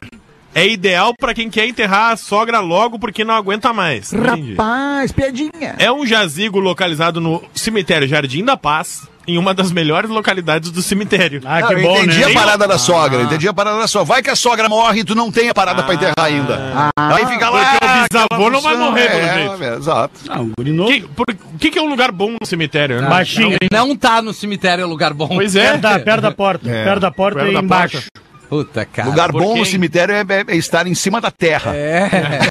[SPEAKER 7] é ideal pra quem quer enterrar a sogra logo porque não aguenta mais. Entendi.
[SPEAKER 9] Rapaz, piadinha.
[SPEAKER 7] É um jazigo localizado no cemitério Jardim da Paz, em uma das melhores localidades do cemitério.
[SPEAKER 5] Ah,
[SPEAKER 4] Não,
[SPEAKER 5] que
[SPEAKER 4] eu
[SPEAKER 5] bom,
[SPEAKER 4] entendi a
[SPEAKER 5] né?
[SPEAKER 4] parada
[SPEAKER 7] Ah.
[SPEAKER 4] da sogra, entendi a parada da sogra. Vai que a sogra morre e tu não tem a parada pra enterrar ainda. Aí fica lá.
[SPEAKER 7] Porque o bisavô não Ah. vai
[SPEAKER 4] aquela
[SPEAKER 7] morrer, pelo
[SPEAKER 4] função.
[SPEAKER 7] jeito. Ah,
[SPEAKER 4] É, é, Exato.
[SPEAKER 5] Não, um guri novo.
[SPEAKER 7] Que- por- O que, que é um lugar bom no cemitério? né?
[SPEAKER 5] Baixinho.
[SPEAKER 6] Não tá no cemitério é lugar bom.
[SPEAKER 7] Pois é.
[SPEAKER 5] Perto da, perto da porta.
[SPEAKER 4] É.
[SPEAKER 5] Perto da porta
[SPEAKER 7] Perto
[SPEAKER 5] e
[SPEAKER 7] da
[SPEAKER 5] embaixo.
[SPEAKER 6] Puta, cara.
[SPEAKER 4] Lugar
[SPEAKER 7] por
[SPEAKER 4] bom no
[SPEAKER 7] quê?
[SPEAKER 4] cemitério é, é- é estar em cima da terra.
[SPEAKER 9] É,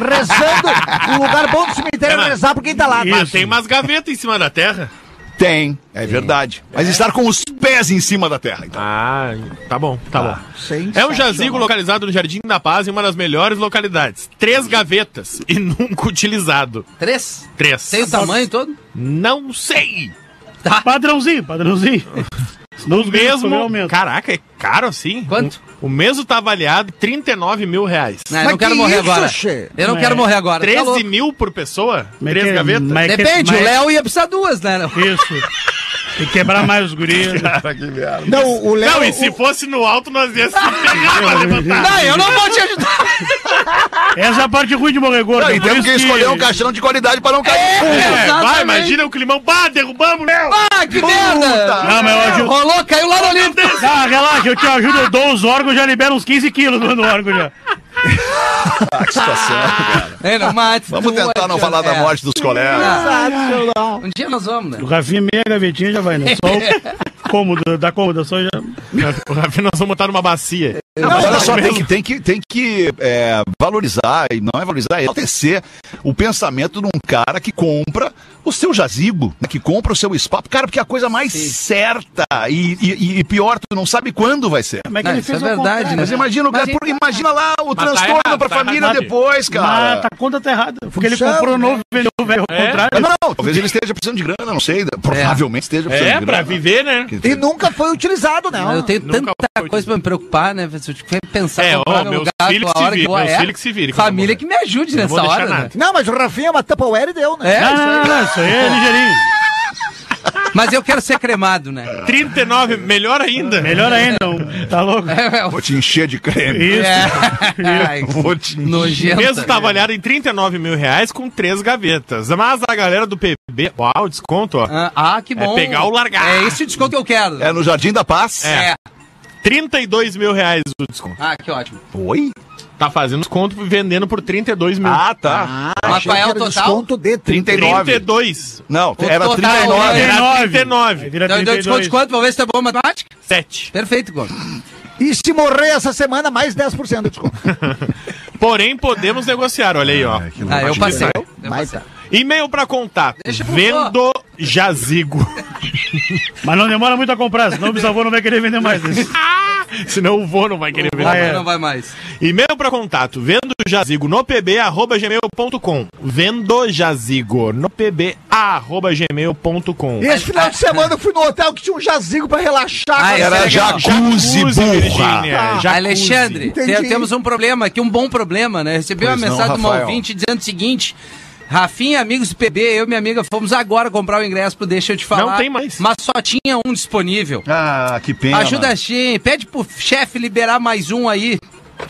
[SPEAKER 9] rezando. o lugar bom do cemitério é rezar por quem tá
[SPEAKER 8] Ah,
[SPEAKER 9] lá.
[SPEAKER 7] Mas tem umas gavetas em cima da terra.
[SPEAKER 4] Tem, é verdade. Mas estar com os pés em cima da terra. Então.
[SPEAKER 7] Ah, tá bom, tá bom.
[SPEAKER 9] Sem
[SPEAKER 7] É um jazigo localizado no Jardim da Paz, em uma das melhores localidades. Três gavetas e nunca utilizado.
[SPEAKER 6] Três?
[SPEAKER 7] Três.
[SPEAKER 6] Tem o tamanho todo?
[SPEAKER 7] Não sei.
[SPEAKER 5] Padrãozinho, padrãozinho. Não
[SPEAKER 7] O mesmo.
[SPEAKER 5] Aumento.
[SPEAKER 7] Caraca, é caro assim?
[SPEAKER 6] Quanto?
[SPEAKER 7] O, o mesmo tá avaliado em 39 mil reais.
[SPEAKER 6] Não, eu
[SPEAKER 9] Mas
[SPEAKER 6] não quero
[SPEAKER 9] que
[SPEAKER 6] morrer
[SPEAKER 9] isso,
[SPEAKER 6] agora.
[SPEAKER 9] che?
[SPEAKER 6] Eu não
[SPEAKER 5] Mas
[SPEAKER 6] quero morrer agora. Tá
[SPEAKER 7] 13
[SPEAKER 6] louco.
[SPEAKER 7] mil por pessoa?
[SPEAKER 5] Mas
[SPEAKER 7] Três
[SPEAKER 5] que-
[SPEAKER 7] gavetas?
[SPEAKER 5] mas-
[SPEAKER 6] Depende,
[SPEAKER 5] Mas-
[SPEAKER 6] o Léo ia precisar duas, né?
[SPEAKER 5] Isso. Tem que quebrar mais os guris.
[SPEAKER 9] Não, o Léo.
[SPEAKER 7] Não, e se fosse no alto, nós ia se pegar pra levantar.
[SPEAKER 6] Não, eu não vou te ajudar.
[SPEAKER 5] Essa é a parte ruim de morrer gordo.
[SPEAKER 4] Não, e
[SPEAKER 5] por
[SPEAKER 4] temos
[SPEAKER 5] isso
[SPEAKER 4] que escolher um caixão de qualidade para não cair.
[SPEAKER 7] É, vai,
[SPEAKER 6] Exatamente.
[SPEAKER 7] imagina o climão. Bah, derrubamos, Léo!
[SPEAKER 6] Ah, que merda!
[SPEAKER 5] Não, mas eu ajudo.
[SPEAKER 6] Rolou, caiu lá no Olímpico.
[SPEAKER 5] Tá, relaxa, eu te ajudo, eu dou os órgãos, já libera uns 15 quilos no órgão já.
[SPEAKER 6] É, não mate.
[SPEAKER 4] Vamos
[SPEAKER 6] tua-
[SPEAKER 4] tentar não falar da
[SPEAKER 6] É.
[SPEAKER 4] morte dos colegas.
[SPEAKER 9] Sensacional.
[SPEAKER 6] Um dia nós vamos, né?
[SPEAKER 5] O Rafinha meia gavetinha já vai, né? Só o cômodo, da acomodação já.
[SPEAKER 7] O Rafinha, nós vamos botar numa bacia.
[SPEAKER 4] Não, olha só, tem que, tem que, tem que é, valorizar, e não é valorizar, é enaltecer o pensamento de um cara que compra o seu jazigo, né, que compra o seu espaço. Cara, porque é a coisa mais certa e, e- e pior, tu não sabe quando vai ser.
[SPEAKER 5] Como é que
[SPEAKER 6] Não,
[SPEAKER 5] ele
[SPEAKER 6] isso
[SPEAKER 5] fez
[SPEAKER 6] é
[SPEAKER 5] ao
[SPEAKER 6] verdade,
[SPEAKER 5] contrário?
[SPEAKER 6] né?
[SPEAKER 4] Mas imagina, o cara,
[SPEAKER 6] Mas-
[SPEAKER 4] porque imagina lá o transtorno
[SPEAKER 7] errado,
[SPEAKER 4] pra
[SPEAKER 7] tá
[SPEAKER 4] família
[SPEAKER 7] errado.
[SPEAKER 4] depois, é cara.
[SPEAKER 5] Mas a conta Ah, tá errada. Porque ele
[SPEAKER 9] Puxado,
[SPEAKER 5] comprou
[SPEAKER 9] né?
[SPEAKER 5] novo, vendeu o velho ao
[SPEAKER 6] É?
[SPEAKER 4] Mas
[SPEAKER 5] contrário.
[SPEAKER 4] Não, não, talvez ele esteja precisando de grana, não sei. Provavelmente esteja precisando
[SPEAKER 7] É,
[SPEAKER 4] de
[SPEAKER 7] pra
[SPEAKER 4] grana.
[SPEAKER 7] viver, né?
[SPEAKER 4] Que-
[SPEAKER 9] E nunca foi utilizado, né?
[SPEAKER 6] Não, eu tenho
[SPEAKER 7] Nunca
[SPEAKER 6] tanta
[SPEAKER 7] foi
[SPEAKER 6] coisa pra me preocupar, né? Se eu tiver que pensar
[SPEAKER 7] É,
[SPEAKER 6] em comprar
[SPEAKER 7] ó, meus filhos que
[SPEAKER 6] a hora
[SPEAKER 7] se
[SPEAKER 6] que eu
[SPEAKER 7] virem, meus
[SPEAKER 6] é,
[SPEAKER 7] filhos que se virem quando eu
[SPEAKER 6] Família
[SPEAKER 7] morrer.
[SPEAKER 6] que me ajude
[SPEAKER 7] Não vou
[SPEAKER 6] nessa
[SPEAKER 7] deixar
[SPEAKER 6] hora, né?
[SPEAKER 7] nada.
[SPEAKER 9] Não, mas o Rafinha, uma Tupperware e deu, né?
[SPEAKER 6] É,
[SPEAKER 5] Ah, Não, não, não, não, isso aí é ligeirinho.
[SPEAKER 6] mas eu quero ser cremado, né?
[SPEAKER 7] 39, melhor ainda.
[SPEAKER 5] Melhor ainda, um, tá louco?
[SPEAKER 6] É,
[SPEAKER 4] Vou te encher de creme.
[SPEAKER 5] Isso.
[SPEAKER 6] Ai,
[SPEAKER 4] Vou te-
[SPEAKER 6] Nojento.
[SPEAKER 7] Mesmo tá avaliado em 39 mil reais com três gavetas. Mas a galera do PB. Uau, desconto, ó.
[SPEAKER 6] Ah, ah, que bom.
[SPEAKER 7] pegar ou largar.
[SPEAKER 6] É esse o desconto que eu quero.
[SPEAKER 4] É no Jardim da Paz.
[SPEAKER 7] É. 32 mil reais o desconto.
[SPEAKER 6] Ah, que ótimo.
[SPEAKER 4] Oi?
[SPEAKER 7] Tá fazendo desconto e vendendo por 32 mil.
[SPEAKER 4] Ah, tá.
[SPEAKER 6] Mas qual é o
[SPEAKER 9] Era
[SPEAKER 6] total?
[SPEAKER 9] Desconto de 30.
[SPEAKER 4] 39.
[SPEAKER 7] 32.
[SPEAKER 4] Não,
[SPEAKER 6] O
[SPEAKER 4] era
[SPEAKER 6] total,
[SPEAKER 4] 39.
[SPEAKER 6] né?
[SPEAKER 7] Era
[SPEAKER 5] 39.
[SPEAKER 7] 39.
[SPEAKER 5] Vira
[SPEAKER 6] Deu deu desconto de
[SPEAKER 5] 32.
[SPEAKER 6] quanto? Vamos ver se tá boa a matemática.
[SPEAKER 7] 7.
[SPEAKER 6] Perfeito, Gomes.
[SPEAKER 9] E se morrer essa semana, mais 10% de desconto.
[SPEAKER 7] Porém, podemos negociar, olha aí, ó.
[SPEAKER 6] Ah, eu passei. Eu
[SPEAKER 9] Vai,
[SPEAKER 6] passei.
[SPEAKER 7] E-mail pra contato.
[SPEAKER 6] Deixa pro
[SPEAKER 7] Vendo jazigo.
[SPEAKER 5] Mas não demora muito a comprar, senão o bisavô não vai querer vender mais. Isso.
[SPEAKER 6] Ah!
[SPEAKER 7] Senão o vô não vai querer ver.
[SPEAKER 5] Ah, é.
[SPEAKER 6] Não vai mais.
[SPEAKER 7] E-mail pra contato. Vendo jazigo no pb, arroba gmail.com. Vendo jazigo no pb, arroba gmail.com.
[SPEAKER 9] E esse final de semana eu fui no hotel que tinha um jazigo pra relaxar.
[SPEAKER 6] Ah,
[SPEAKER 9] cara.
[SPEAKER 6] era
[SPEAKER 4] Era
[SPEAKER 6] legal.
[SPEAKER 4] jacuzzi, burra. Ah,
[SPEAKER 7] Virgínia. jacuzzi.
[SPEAKER 6] Alexandre, te-
[SPEAKER 9] Entendi.
[SPEAKER 6] temos um problema aqui, um bom problema, né? Recebi uma
[SPEAKER 4] Pois não,
[SPEAKER 6] mensagem de uma
[SPEAKER 4] Rafael.
[SPEAKER 6] ouvinte dizendo o seguinte. Rafinha, amigos do PB, eu e minha amiga fomos agora comprar o ingresso pro Deixa Eu Te Falar.
[SPEAKER 7] Não tem mais.
[SPEAKER 6] Mas só tinha um disponível.
[SPEAKER 4] Ah, que pena.
[SPEAKER 6] Ajuda a gente, pede pro chefe liberar mais um aí.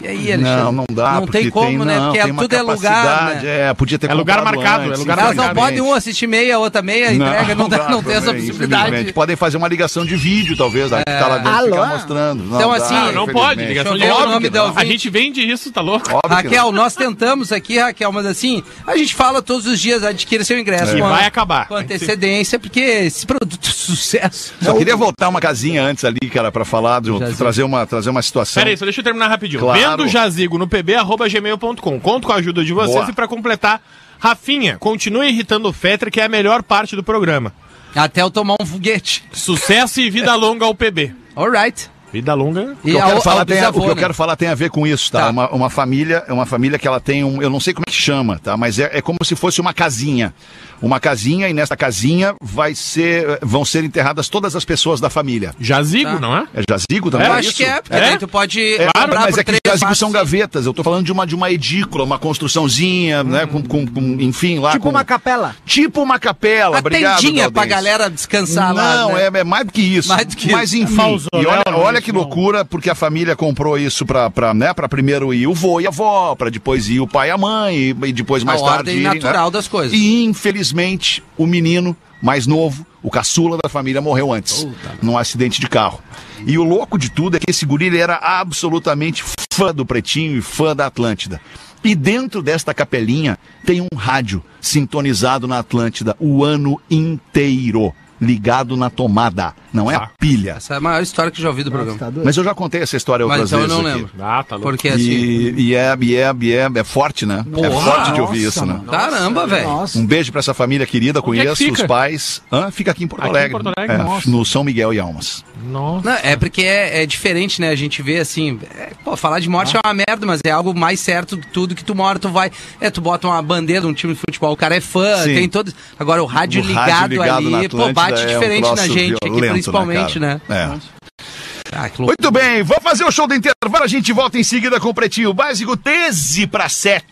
[SPEAKER 6] E aí, Alexandre?
[SPEAKER 4] Não, não dá.
[SPEAKER 6] Não
[SPEAKER 4] porque
[SPEAKER 6] tem como, né?
[SPEAKER 4] não,
[SPEAKER 6] Porque
[SPEAKER 4] tem uma
[SPEAKER 6] tudo é lugar,
[SPEAKER 4] capacidade,
[SPEAKER 6] né?
[SPEAKER 4] É, podia ter
[SPEAKER 7] É lugar
[SPEAKER 4] comprado
[SPEAKER 7] marcado, é lugar
[SPEAKER 6] Elas não
[SPEAKER 7] Exatamente.
[SPEAKER 6] podem um assistir meia, a outra meia, entrega, não, é, dá, não tem essa
[SPEAKER 4] também, infelizmente.
[SPEAKER 6] possibilidade.
[SPEAKER 4] Podem fazer uma ligação de vídeo, talvez, da que tá lá dentro
[SPEAKER 9] Alô?
[SPEAKER 4] ficar mostrando. Não
[SPEAKER 6] Então,
[SPEAKER 4] dá,
[SPEAKER 6] assim,
[SPEAKER 7] Não, não pode.
[SPEAKER 4] infelizmente.
[SPEAKER 7] Ligação de
[SPEAKER 6] Deixa eu ver o
[SPEAKER 7] óbvio
[SPEAKER 6] nome
[SPEAKER 7] que
[SPEAKER 6] da
[SPEAKER 7] não. A
[SPEAKER 6] ouvinte.
[SPEAKER 7] gente vende isso, tá louco?
[SPEAKER 4] Óbvio que
[SPEAKER 6] Raquel, nós tentamos aqui, Raquel, mas assim, a gente fala todos os dias, adquira seu
[SPEAKER 4] É.
[SPEAKER 6] ingresso
[SPEAKER 7] E
[SPEAKER 6] com, a-
[SPEAKER 7] vai acabar.
[SPEAKER 6] com antecedência, porque esse produto é sucesso.
[SPEAKER 4] não. Só queria voltar uma casinha antes ali, cara, pra falar, do,
[SPEAKER 6] Jazigo.
[SPEAKER 4] trazer, uma, trazer uma situação.
[SPEAKER 7] Peraí, só deixa eu terminar rapidinho.
[SPEAKER 4] Claro.
[SPEAKER 7] Vendo jazigo no pb, arroba gmail.com. Conto com a ajuda de vocês
[SPEAKER 4] Boa.
[SPEAKER 7] e pra completar, Rafinha, continue irritando o Fetra, que é a melhor parte do programa.
[SPEAKER 6] Até eu tomar um foguete.
[SPEAKER 7] Sucesso e vida longa ao PB.
[SPEAKER 6] Alright.
[SPEAKER 7] Vida longa.
[SPEAKER 4] O que, eu
[SPEAKER 6] ao-
[SPEAKER 4] quero
[SPEAKER 6] ao
[SPEAKER 4] falar tem a, o que eu
[SPEAKER 6] né?
[SPEAKER 4] quero falar tem a ver com isso, tá?
[SPEAKER 6] Tá.
[SPEAKER 4] Uma, uma família, é uma família que ela tem um, eu não sei como é que chama, tá? Mas é, é como se fosse uma casinha, uma casinha e nessa casinha vai ser, vão ser enterradas todas as pessoas da família.
[SPEAKER 7] Jazigo,
[SPEAKER 6] Tá.
[SPEAKER 7] não é?
[SPEAKER 4] É jazigo
[SPEAKER 6] Eu
[SPEAKER 4] também?
[SPEAKER 6] acho
[SPEAKER 4] isso?
[SPEAKER 6] que é, porque
[SPEAKER 7] É?
[SPEAKER 6] daí tu pode
[SPEAKER 4] É,
[SPEAKER 6] comprar
[SPEAKER 4] mas
[SPEAKER 6] por
[SPEAKER 4] é que os
[SPEAKER 6] três,
[SPEAKER 4] jazigos
[SPEAKER 6] quatro,
[SPEAKER 4] são gavetas. Eu tô falando de uma, de uma edícula, uma construçãozinha, né? Com, com- com- enfim, lá.
[SPEAKER 9] Tipo
[SPEAKER 4] com-
[SPEAKER 9] uma capela.
[SPEAKER 4] Tipo uma capela,
[SPEAKER 6] Uma
[SPEAKER 4] obrigado.
[SPEAKER 6] tendinha pra
[SPEAKER 4] Galdêncio.
[SPEAKER 6] galera descansar lá.
[SPEAKER 4] Não,
[SPEAKER 6] né?
[SPEAKER 4] é, é mais do que isso.
[SPEAKER 6] Mais do que
[SPEAKER 4] Mas
[SPEAKER 5] isso.
[SPEAKER 4] enfim,
[SPEAKER 5] É mausoléu,
[SPEAKER 4] e olha,
[SPEAKER 5] não é
[SPEAKER 4] olha
[SPEAKER 5] isso,
[SPEAKER 4] que
[SPEAKER 5] não.
[SPEAKER 4] loucura, porque a família comprou isso pra, pra, né, pra primeiro ir o vô e a avó, pra depois ir o pai e a mãe, e, e depois mais
[SPEAKER 6] a
[SPEAKER 4] tarde...
[SPEAKER 6] ordem
[SPEAKER 4] irem, né?
[SPEAKER 6] natural das coisas.
[SPEAKER 4] E infelizmente, o menino mais novo, o caçula da família, morreu antes, num acidente de carro. E o louco de tudo é que esse guri ele era absolutamente fã do Pretinho e fã da Atlântida. E dentro desta capelinha tem um rádio sintonizado na Atlântida o ano inteiro, ligado na tomada, não é a pilha.
[SPEAKER 6] Essa é a maior história que eu já ouvi do programa.
[SPEAKER 4] Mas eu já contei essa história
[SPEAKER 6] Mas
[SPEAKER 4] outras
[SPEAKER 6] então eu
[SPEAKER 4] tá vezes
[SPEAKER 6] não
[SPEAKER 4] aqui.
[SPEAKER 6] lembro.
[SPEAKER 7] Ah, tá
[SPEAKER 6] Porque assim.
[SPEAKER 4] E, e é, e é, e é, é forte, né? é
[SPEAKER 6] Porra,
[SPEAKER 4] forte de ouvir isso, né?
[SPEAKER 6] Caramba, velho.
[SPEAKER 9] Nossa.
[SPEAKER 4] Um beijo pra essa família querida,
[SPEAKER 7] é que
[SPEAKER 4] conheço
[SPEAKER 7] fica?
[SPEAKER 4] os pais. Hã? Fica aqui em Porto
[SPEAKER 7] Aqui em
[SPEAKER 4] Alegre.
[SPEAKER 7] Porto Alegre,
[SPEAKER 4] É,
[SPEAKER 7] nossa.
[SPEAKER 4] no São Miguel e Almas.
[SPEAKER 7] Nossa.
[SPEAKER 6] Não, é porque é, é diferente, né? A gente vê assim. é, pô, falar de
[SPEAKER 4] Ah.
[SPEAKER 6] morte é uma merda, mas é algo mais certo do que tudo que tu mora, tu vai. É, tu bota uma bandeira de um time de futebol, o cara é fã,
[SPEAKER 4] Sim.
[SPEAKER 6] tem todo. Agora o rádio,
[SPEAKER 4] O
[SPEAKER 6] Ah, ligado,
[SPEAKER 4] rádio ligado na
[SPEAKER 6] ali, pô,
[SPEAKER 4] Atlântida é
[SPEAKER 6] bate
[SPEAKER 4] um
[SPEAKER 6] diferente na
[SPEAKER 4] troço
[SPEAKER 6] gente aqui,
[SPEAKER 4] violento, né,
[SPEAKER 6] principalmente, né?
[SPEAKER 4] cara? É.
[SPEAKER 6] Ah, que louco.
[SPEAKER 4] Muito bem, vamos fazer o show do intervalo. A gente volta em seguida com o Pretinho Básico 13 para 7.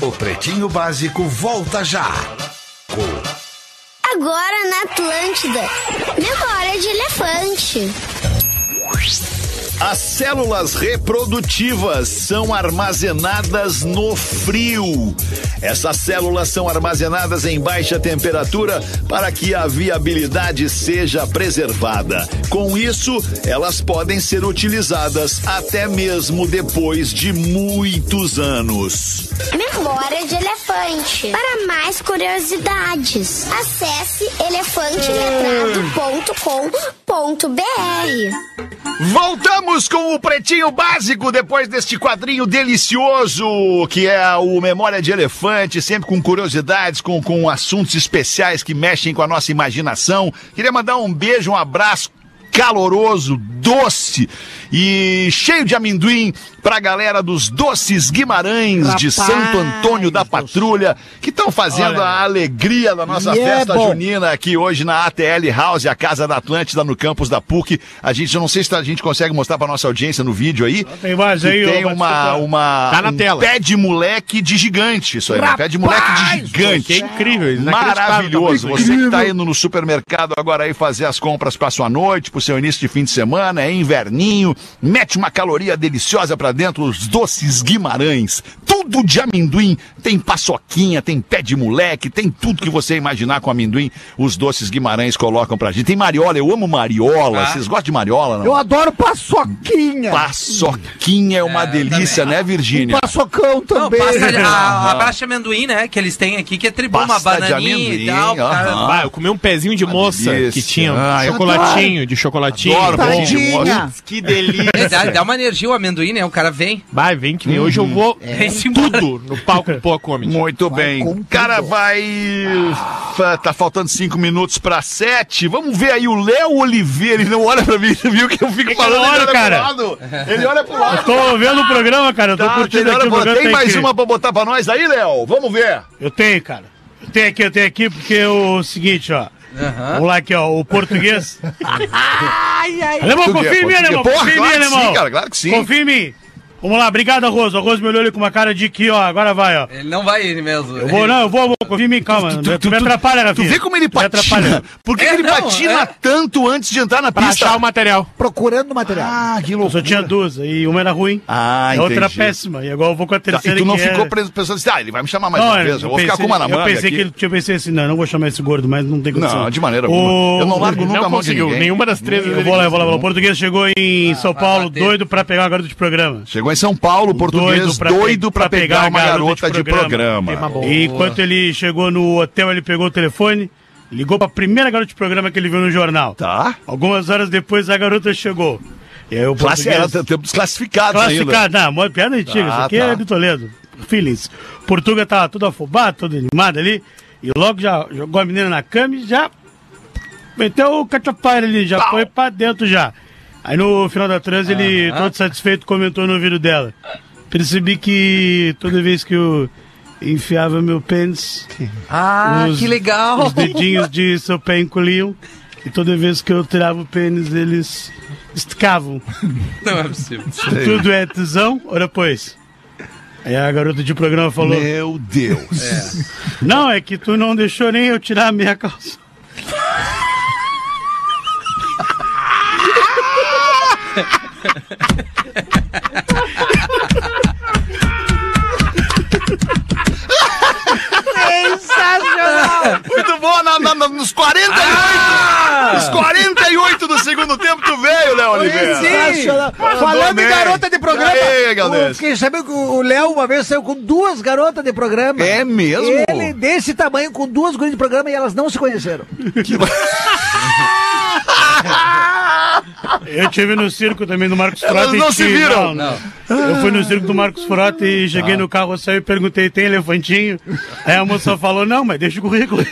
[SPEAKER 2] O Pretinho Básico volta já.
[SPEAKER 10] Agora na Atlântida. Memória de elefante.
[SPEAKER 4] As células reprodutivas são armazenadas no frio. Essas células são armazenadas em baixa temperatura para que a viabilidade seja preservada. Com isso, elas podem ser utilizadas até mesmo depois de muitos anos.
[SPEAKER 10] Memória de elefante. Para mais curiosidades, acesse elefanteletrado.com.br.
[SPEAKER 4] Voltamos com o Pretinho Básico depois deste quadrinho delicioso que é o Memória de Elefante, sempre com curiosidades, com, com assuntos especiais que mexem com a nossa imaginação. Queria mandar um beijo, um abraço caloroso, doce e cheio de amendoim pra galera dos Doces Guimarães de
[SPEAKER 6] Rapaz,
[SPEAKER 4] Santo Antônio da Patrulha, que estão fazendo a alegria da nossa
[SPEAKER 9] E é
[SPEAKER 4] festa
[SPEAKER 9] bom.
[SPEAKER 4] junina aqui hoje na ATL House, a Casa da Atlântida, no campus da PUC. A gente, eu não sei se a gente consegue mostrar pra nossa audiência no vídeo aí.
[SPEAKER 5] Tem imagem
[SPEAKER 4] que
[SPEAKER 5] aí,
[SPEAKER 4] tem
[SPEAKER 5] ô,
[SPEAKER 4] uma,
[SPEAKER 5] Batista.
[SPEAKER 4] uma
[SPEAKER 7] Tá na
[SPEAKER 4] um
[SPEAKER 7] tela.
[SPEAKER 4] pé de moleque de gigante, isso aí. né? Pé de moleque de
[SPEAKER 7] Que é
[SPEAKER 4] gigante.
[SPEAKER 7] incrível. inacreditável.
[SPEAKER 4] Maravilhoso.
[SPEAKER 7] Tá
[SPEAKER 4] Você que tá indo no supermercado agora aí fazer as compras pra sua noite, pro seu início de fim de semana, é inverninho, mete uma caloria deliciosa pra dentro, os doces Guimarães. Tudo de amendoim, tem paçoquinha, tem pé de moleque, tem tudo que você imaginar com amendoim, os doces Guimarães colocam pra gente. Tem mariola, eu amo
[SPEAKER 7] Ah.
[SPEAKER 4] mariola. Vocês gostam de mariola? Não?
[SPEAKER 9] Eu adoro paçoquinha.
[SPEAKER 4] Paçoquinha é uma delícia, né, Virgínia?
[SPEAKER 9] Paçocão
[SPEAKER 6] Não,
[SPEAKER 9] também.
[SPEAKER 6] pasta de, a, a pasta de amendoim, né? Que eles têm aqui, que é tribo, uma
[SPEAKER 4] Pasta de
[SPEAKER 6] bananinha e
[SPEAKER 4] amendoim,
[SPEAKER 6] tal. cara.
[SPEAKER 4] aham.
[SPEAKER 7] Ah, eu comi um pezinho de moça
[SPEAKER 4] delícia.
[SPEAKER 7] que tinha um
[SPEAKER 4] Ah, eu
[SPEAKER 7] chocolatinho, de chocolatinho.
[SPEAKER 4] Adoro
[SPEAKER 7] Bom,
[SPEAKER 4] pezinho de moça.
[SPEAKER 9] Tadinha.
[SPEAKER 7] Que delícia.
[SPEAKER 6] É, dá, dá uma energia o amendoim, né? O cara vem.
[SPEAKER 7] Vai, vem que nem
[SPEAKER 4] Uhum.
[SPEAKER 7] hoje eu vou
[SPEAKER 4] É.
[SPEAKER 6] Vem se
[SPEAKER 7] com
[SPEAKER 6] embora.
[SPEAKER 7] tudo no palco do Poa Comedy.
[SPEAKER 4] Muito bem. Cara, vai. fa- Tá faltando cinco minutos pra sete. Vamos ver aí o Léo Oliveira. Ele não olha pra mim, você viu que eu fico
[SPEAKER 5] que
[SPEAKER 4] falando.
[SPEAKER 5] não olha,
[SPEAKER 4] ele olha
[SPEAKER 5] cara?
[SPEAKER 4] pro lado. Ele olha pro lado.
[SPEAKER 5] Tô vendo o programa, cara. Eu tô
[SPEAKER 4] Tá,
[SPEAKER 5] curtindo
[SPEAKER 4] tem hora
[SPEAKER 5] aqui o
[SPEAKER 4] boa.
[SPEAKER 5] programa.
[SPEAKER 4] Tem
[SPEAKER 5] tá
[SPEAKER 4] mais
[SPEAKER 5] incrível.
[SPEAKER 4] uma pra botar pra nós aí, Léo? Vamos ver.
[SPEAKER 5] Eu tenho, cara. Eu tenho aqui, eu tenho aqui, porque é o seguinte, ó. Vamos lá aqui, ó. O português. Alemão, confia em mim, alemão.
[SPEAKER 4] Porra,
[SPEAKER 5] Confia em mim,
[SPEAKER 4] claro que sim,
[SPEAKER 5] alemão.
[SPEAKER 4] cara. Claro que sim.
[SPEAKER 5] Confia em mim. Vamos lá, obrigado, Arroz. Arroz me olhou ali com uma cara de que, ó, agora vai, ó.
[SPEAKER 6] Ele não vai ele mesmo. É,
[SPEAKER 5] Eu vou, não, eu vou, eu vou, confia em mim, calma. Tu, me atrapalha,
[SPEAKER 4] Tu
[SPEAKER 5] Rafinha.
[SPEAKER 4] vê como ele
[SPEAKER 5] Tu me
[SPEAKER 4] patina?
[SPEAKER 5] atrapalha.
[SPEAKER 4] Por que
[SPEAKER 6] É,
[SPEAKER 4] que ele
[SPEAKER 6] não,
[SPEAKER 4] patina
[SPEAKER 6] é.
[SPEAKER 4] tanto antes de entrar na
[SPEAKER 7] Pra achar
[SPEAKER 4] pista?
[SPEAKER 7] o material.
[SPEAKER 9] Procurando material.
[SPEAKER 4] Ah, que
[SPEAKER 5] Eu só
[SPEAKER 4] loucura.
[SPEAKER 5] tinha duas, e uma era ruim.
[SPEAKER 4] Ah,
[SPEAKER 5] a outra
[SPEAKER 4] entendi.
[SPEAKER 5] péssima. E agora eu vou com a
[SPEAKER 4] Tá, e
[SPEAKER 5] terceira
[SPEAKER 4] tu não
[SPEAKER 5] que
[SPEAKER 4] ficou
[SPEAKER 5] é...
[SPEAKER 4] preso pensando assim, ah, ele vai me chamar mais
[SPEAKER 5] Não,
[SPEAKER 4] uma vez, eu vou ficar com uma na
[SPEAKER 5] eu
[SPEAKER 4] manga
[SPEAKER 5] pensei
[SPEAKER 4] aqui.
[SPEAKER 5] que ele tinha pensei assim, não, eu não vou chamar esse gordo, mas não tem condição.
[SPEAKER 4] Não, de maneira alguma. Eu não largo nunca a
[SPEAKER 7] Não
[SPEAKER 4] mão de
[SPEAKER 7] conseguiu.
[SPEAKER 4] ninguém.
[SPEAKER 7] Nenhuma das três.
[SPEAKER 5] Eu vou lá, eu vou lá, eu vou lá. assim, O português chegou em São
[SPEAKER 6] Ah, vai
[SPEAKER 5] Paulo,
[SPEAKER 6] bater.
[SPEAKER 5] doido pra pegar uma garota de programa.
[SPEAKER 4] Chegou em São Paulo, português,
[SPEAKER 5] pra
[SPEAKER 4] doido
[SPEAKER 5] pe-
[SPEAKER 4] pra,
[SPEAKER 5] pra
[SPEAKER 4] pegar,
[SPEAKER 5] pegar a
[SPEAKER 4] uma garota
[SPEAKER 5] garota
[SPEAKER 4] de
[SPEAKER 5] de
[SPEAKER 4] programa.
[SPEAKER 5] E enquanto ele chegou no hotel, ele pegou o telefone, ligou pra primeira garota de programa que ele viu no jornal.
[SPEAKER 4] Tá.
[SPEAKER 5] Algumas horas depois a garota chegou. E aí o
[SPEAKER 4] Classe,
[SPEAKER 5] português-
[SPEAKER 4] era tempos classificados ainda.
[SPEAKER 5] Classificado, não, uma piada antiga,
[SPEAKER 4] Ah,
[SPEAKER 5] isso aqui
[SPEAKER 4] tá.
[SPEAKER 5] é de Toledo. Feelings. Portuga tava todo afobado, todo animado ali, e logo já jogou a menina na cama e já meteu o catapire ali, já foi pra dentro já. Aí no final da transe ele, todo satisfeito, comentou no ouvido dela. Percebi que toda vez que eu enfiava meu pênis,
[SPEAKER 6] Ah,
[SPEAKER 5] Os-
[SPEAKER 6] que legal.
[SPEAKER 5] os dedinhos de seu pé encolhiam, e toda vez que eu tirava o pênis, eles esticavam.
[SPEAKER 6] Não é possível.
[SPEAKER 5] Tudo é tesão? Ora pois. Aí a garota de programa falou:
[SPEAKER 4] Meu Deus.
[SPEAKER 5] Não, é que tu não deixou nem eu tirar a minha calça.
[SPEAKER 4] Muito bom, na- na- na- nos 48. Nos 48 do segundo tempo tu veio, Léo Oliveira.
[SPEAKER 8] assim.
[SPEAKER 9] Sensacional. Falando em
[SPEAKER 4] bem.
[SPEAKER 9] garota de programa,
[SPEAKER 4] E aí, Galdês?
[SPEAKER 9] eu fiquei sabendo que o Léo uma vez saiu com duas garotas de programa.
[SPEAKER 4] É mesmo?
[SPEAKER 9] Ele desse tamanho, com duas gurias de programa e elas não se conheceram.
[SPEAKER 5] Eu tive no circo também do Marcos
[SPEAKER 4] Elas
[SPEAKER 5] Frota. e
[SPEAKER 4] não se
[SPEAKER 5] tive-
[SPEAKER 4] viram.
[SPEAKER 5] Eu fui no circo do Marcos Frota e
[SPEAKER 7] Ah.
[SPEAKER 5] cheguei no carro, eu saí e perguntei: tem elefantinho? Aí a moça falou: não, mas deixa o currículo.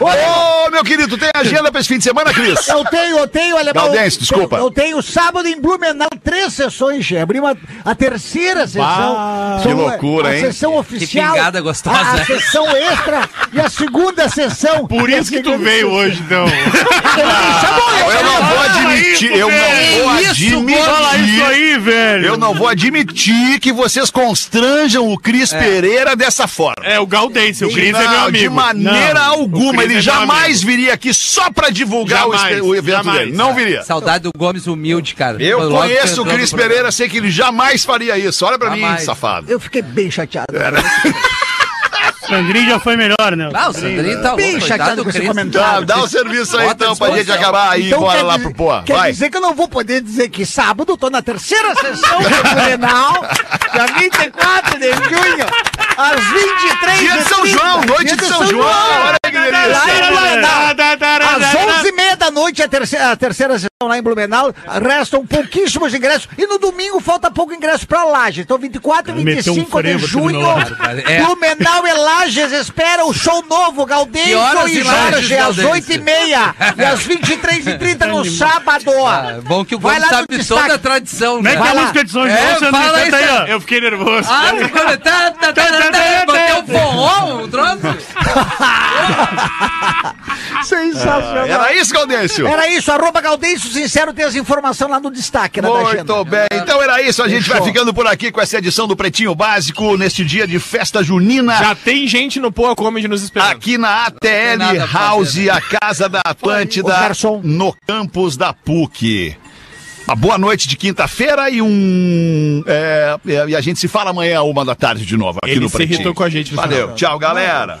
[SPEAKER 4] Ô, meu querido, tem agenda pra esse fim de semana, Cris?
[SPEAKER 9] Eu tenho, eu tenho, alemão.
[SPEAKER 4] Gaudense, desculpa.
[SPEAKER 9] Eu, eu tenho sábado em Blumenau, três sessões, já. Abri uma, a terceira sessão.
[SPEAKER 4] que
[SPEAKER 9] São-
[SPEAKER 4] loucura,
[SPEAKER 9] a
[SPEAKER 4] hein?
[SPEAKER 9] sessão oficial.
[SPEAKER 6] pingada gostosa.
[SPEAKER 9] A, a sessão extra e a segunda sessão.
[SPEAKER 7] Por isso que tu veio hoje, então.
[SPEAKER 9] Ele me chamou,
[SPEAKER 4] Eu não vou admitir, eu não
[SPEAKER 5] velho.
[SPEAKER 4] vou
[SPEAKER 5] Isso, bola, isso
[SPEAKER 4] admitir
[SPEAKER 5] aí, aí, velho.
[SPEAKER 4] Eu não vou admitir que vocês constranjam o Cris Pereira dessa forma.
[SPEAKER 7] É o Gaudense, o Cris é meu
[SPEAKER 4] Não,
[SPEAKER 7] amigo.
[SPEAKER 4] De maneira
[SPEAKER 5] Não,
[SPEAKER 7] o
[SPEAKER 4] alguma.
[SPEAKER 7] Cris é
[SPEAKER 4] Ele
[SPEAKER 7] meu
[SPEAKER 4] jamais viria aqui só pra divulgar o
[SPEAKER 7] Jamais,
[SPEAKER 4] espe- o evento
[SPEAKER 7] jamais.
[SPEAKER 4] dele. Não viria.
[SPEAKER 6] Saudade do Gomes humilde, cara.
[SPEAKER 4] Eu
[SPEAKER 6] Foi logo que
[SPEAKER 4] conheço o
[SPEAKER 6] entrou
[SPEAKER 4] Cris
[SPEAKER 6] no programa.
[SPEAKER 4] Pereira, sei que ele jamais faria isso. Olha pra
[SPEAKER 6] Jamais.
[SPEAKER 4] mim, safado.
[SPEAKER 8] Eu fiquei bem chateado.
[SPEAKER 6] Tá
[SPEAKER 5] Sandrinho já foi melhor, né?
[SPEAKER 6] Ah, o Sandrinho tá
[SPEAKER 8] Bem
[SPEAKER 6] louco, coitado
[SPEAKER 8] chateado
[SPEAKER 6] do
[SPEAKER 8] com esse
[SPEAKER 6] Cris.
[SPEAKER 4] Dá,
[SPEAKER 8] comentário.
[SPEAKER 4] dá o serviço aí
[SPEAKER 6] Bota
[SPEAKER 4] então pra gente
[SPEAKER 6] disposição.
[SPEAKER 4] acabar aí
[SPEAKER 8] Então,
[SPEAKER 4] bora
[SPEAKER 8] quer
[SPEAKER 4] lá
[SPEAKER 8] dizer-
[SPEAKER 4] pro Pô.
[SPEAKER 8] Quer
[SPEAKER 4] Vai.
[SPEAKER 8] dizer que eu não vou poder dizer que sábado eu tô na terceira sessão do Grenal, dia 24 de junho, às 23
[SPEAKER 4] Dia de São João, noite de São João. Olha que
[SPEAKER 7] é
[SPEAKER 4] delícia.
[SPEAKER 8] Lá em Blumenau. Às
[SPEAKER 6] né?
[SPEAKER 8] 11h30 da noite é a terceira, a terceira sessão lá em Blumenau. Restam pouquíssimos ingressos. E no domingo falta pouco ingresso pra Laje. Então 24 e
[SPEAKER 5] Meteu um
[SPEAKER 8] 25 de
[SPEAKER 5] frevo aqui no
[SPEAKER 8] junho.
[SPEAKER 5] meu lado,
[SPEAKER 6] cara. É.
[SPEAKER 8] Blumenau e Lages espera o show novo.
[SPEAKER 6] Que
[SPEAKER 8] Galdêncio
[SPEAKER 6] horas
[SPEAKER 8] e
[SPEAKER 6] em Lages,
[SPEAKER 8] Jorge às
[SPEAKER 6] Galdêncio?
[SPEAKER 8] 8h30 e às 23h30 no sábado.
[SPEAKER 6] Ah, bom que o
[SPEAKER 8] Vai
[SPEAKER 6] Gomes
[SPEAKER 8] lá no
[SPEAKER 6] sabe
[SPEAKER 8] destaque.
[SPEAKER 6] toda a tradição,
[SPEAKER 5] Como é
[SPEAKER 6] né?
[SPEAKER 5] que é a
[SPEAKER 8] lá.
[SPEAKER 5] música de São João,
[SPEAKER 6] É,
[SPEAKER 5] Sandrinho?
[SPEAKER 6] fala aí,
[SPEAKER 5] Canta aí, ó.
[SPEAKER 7] Eu fiquei nervoso.
[SPEAKER 6] Ah, quando tá, tá, tá, tá, tá, botei um forró, um troço.
[SPEAKER 8] Sensacional.
[SPEAKER 4] Era isso, Gaudêncio.
[SPEAKER 8] Era isso, arroba Gaudêncio Sincero tem as informações lá no destaque, né, da agenda.
[SPEAKER 4] Muito bem, então era isso. A gente vai ficando por aqui com essa edição do Pretinho Básico neste dia de festa junina.
[SPEAKER 7] Já tem gente no Poa Comedy nos esperando.
[SPEAKER 4] Aqui na ATL
[SPEAKER 6] nada pra
[SPEAKER 4] House,
[SPEAKER 6] fazer, né?
[SPEAKER 4] a casa da Atlântida,
[SPEAKER 8] Ô, garçom.
[SPEAKER 4] no campus da PUC. Uma boa noite de quinta-feira e um. é, é, e a gente se fala amanhã, uma da tarde, de novo, aqui
[SPEAKER 7] Ele
[SPEAKER 4] no
[SPEAKER 7] se
[SPEAKER 4] Pretinho.
[SPEAKER 7] irritou com a gente no
[SPEAKER 4] Valeu,
[SPEAKER 7] final.
[SPEAKER 4] tchau, galera.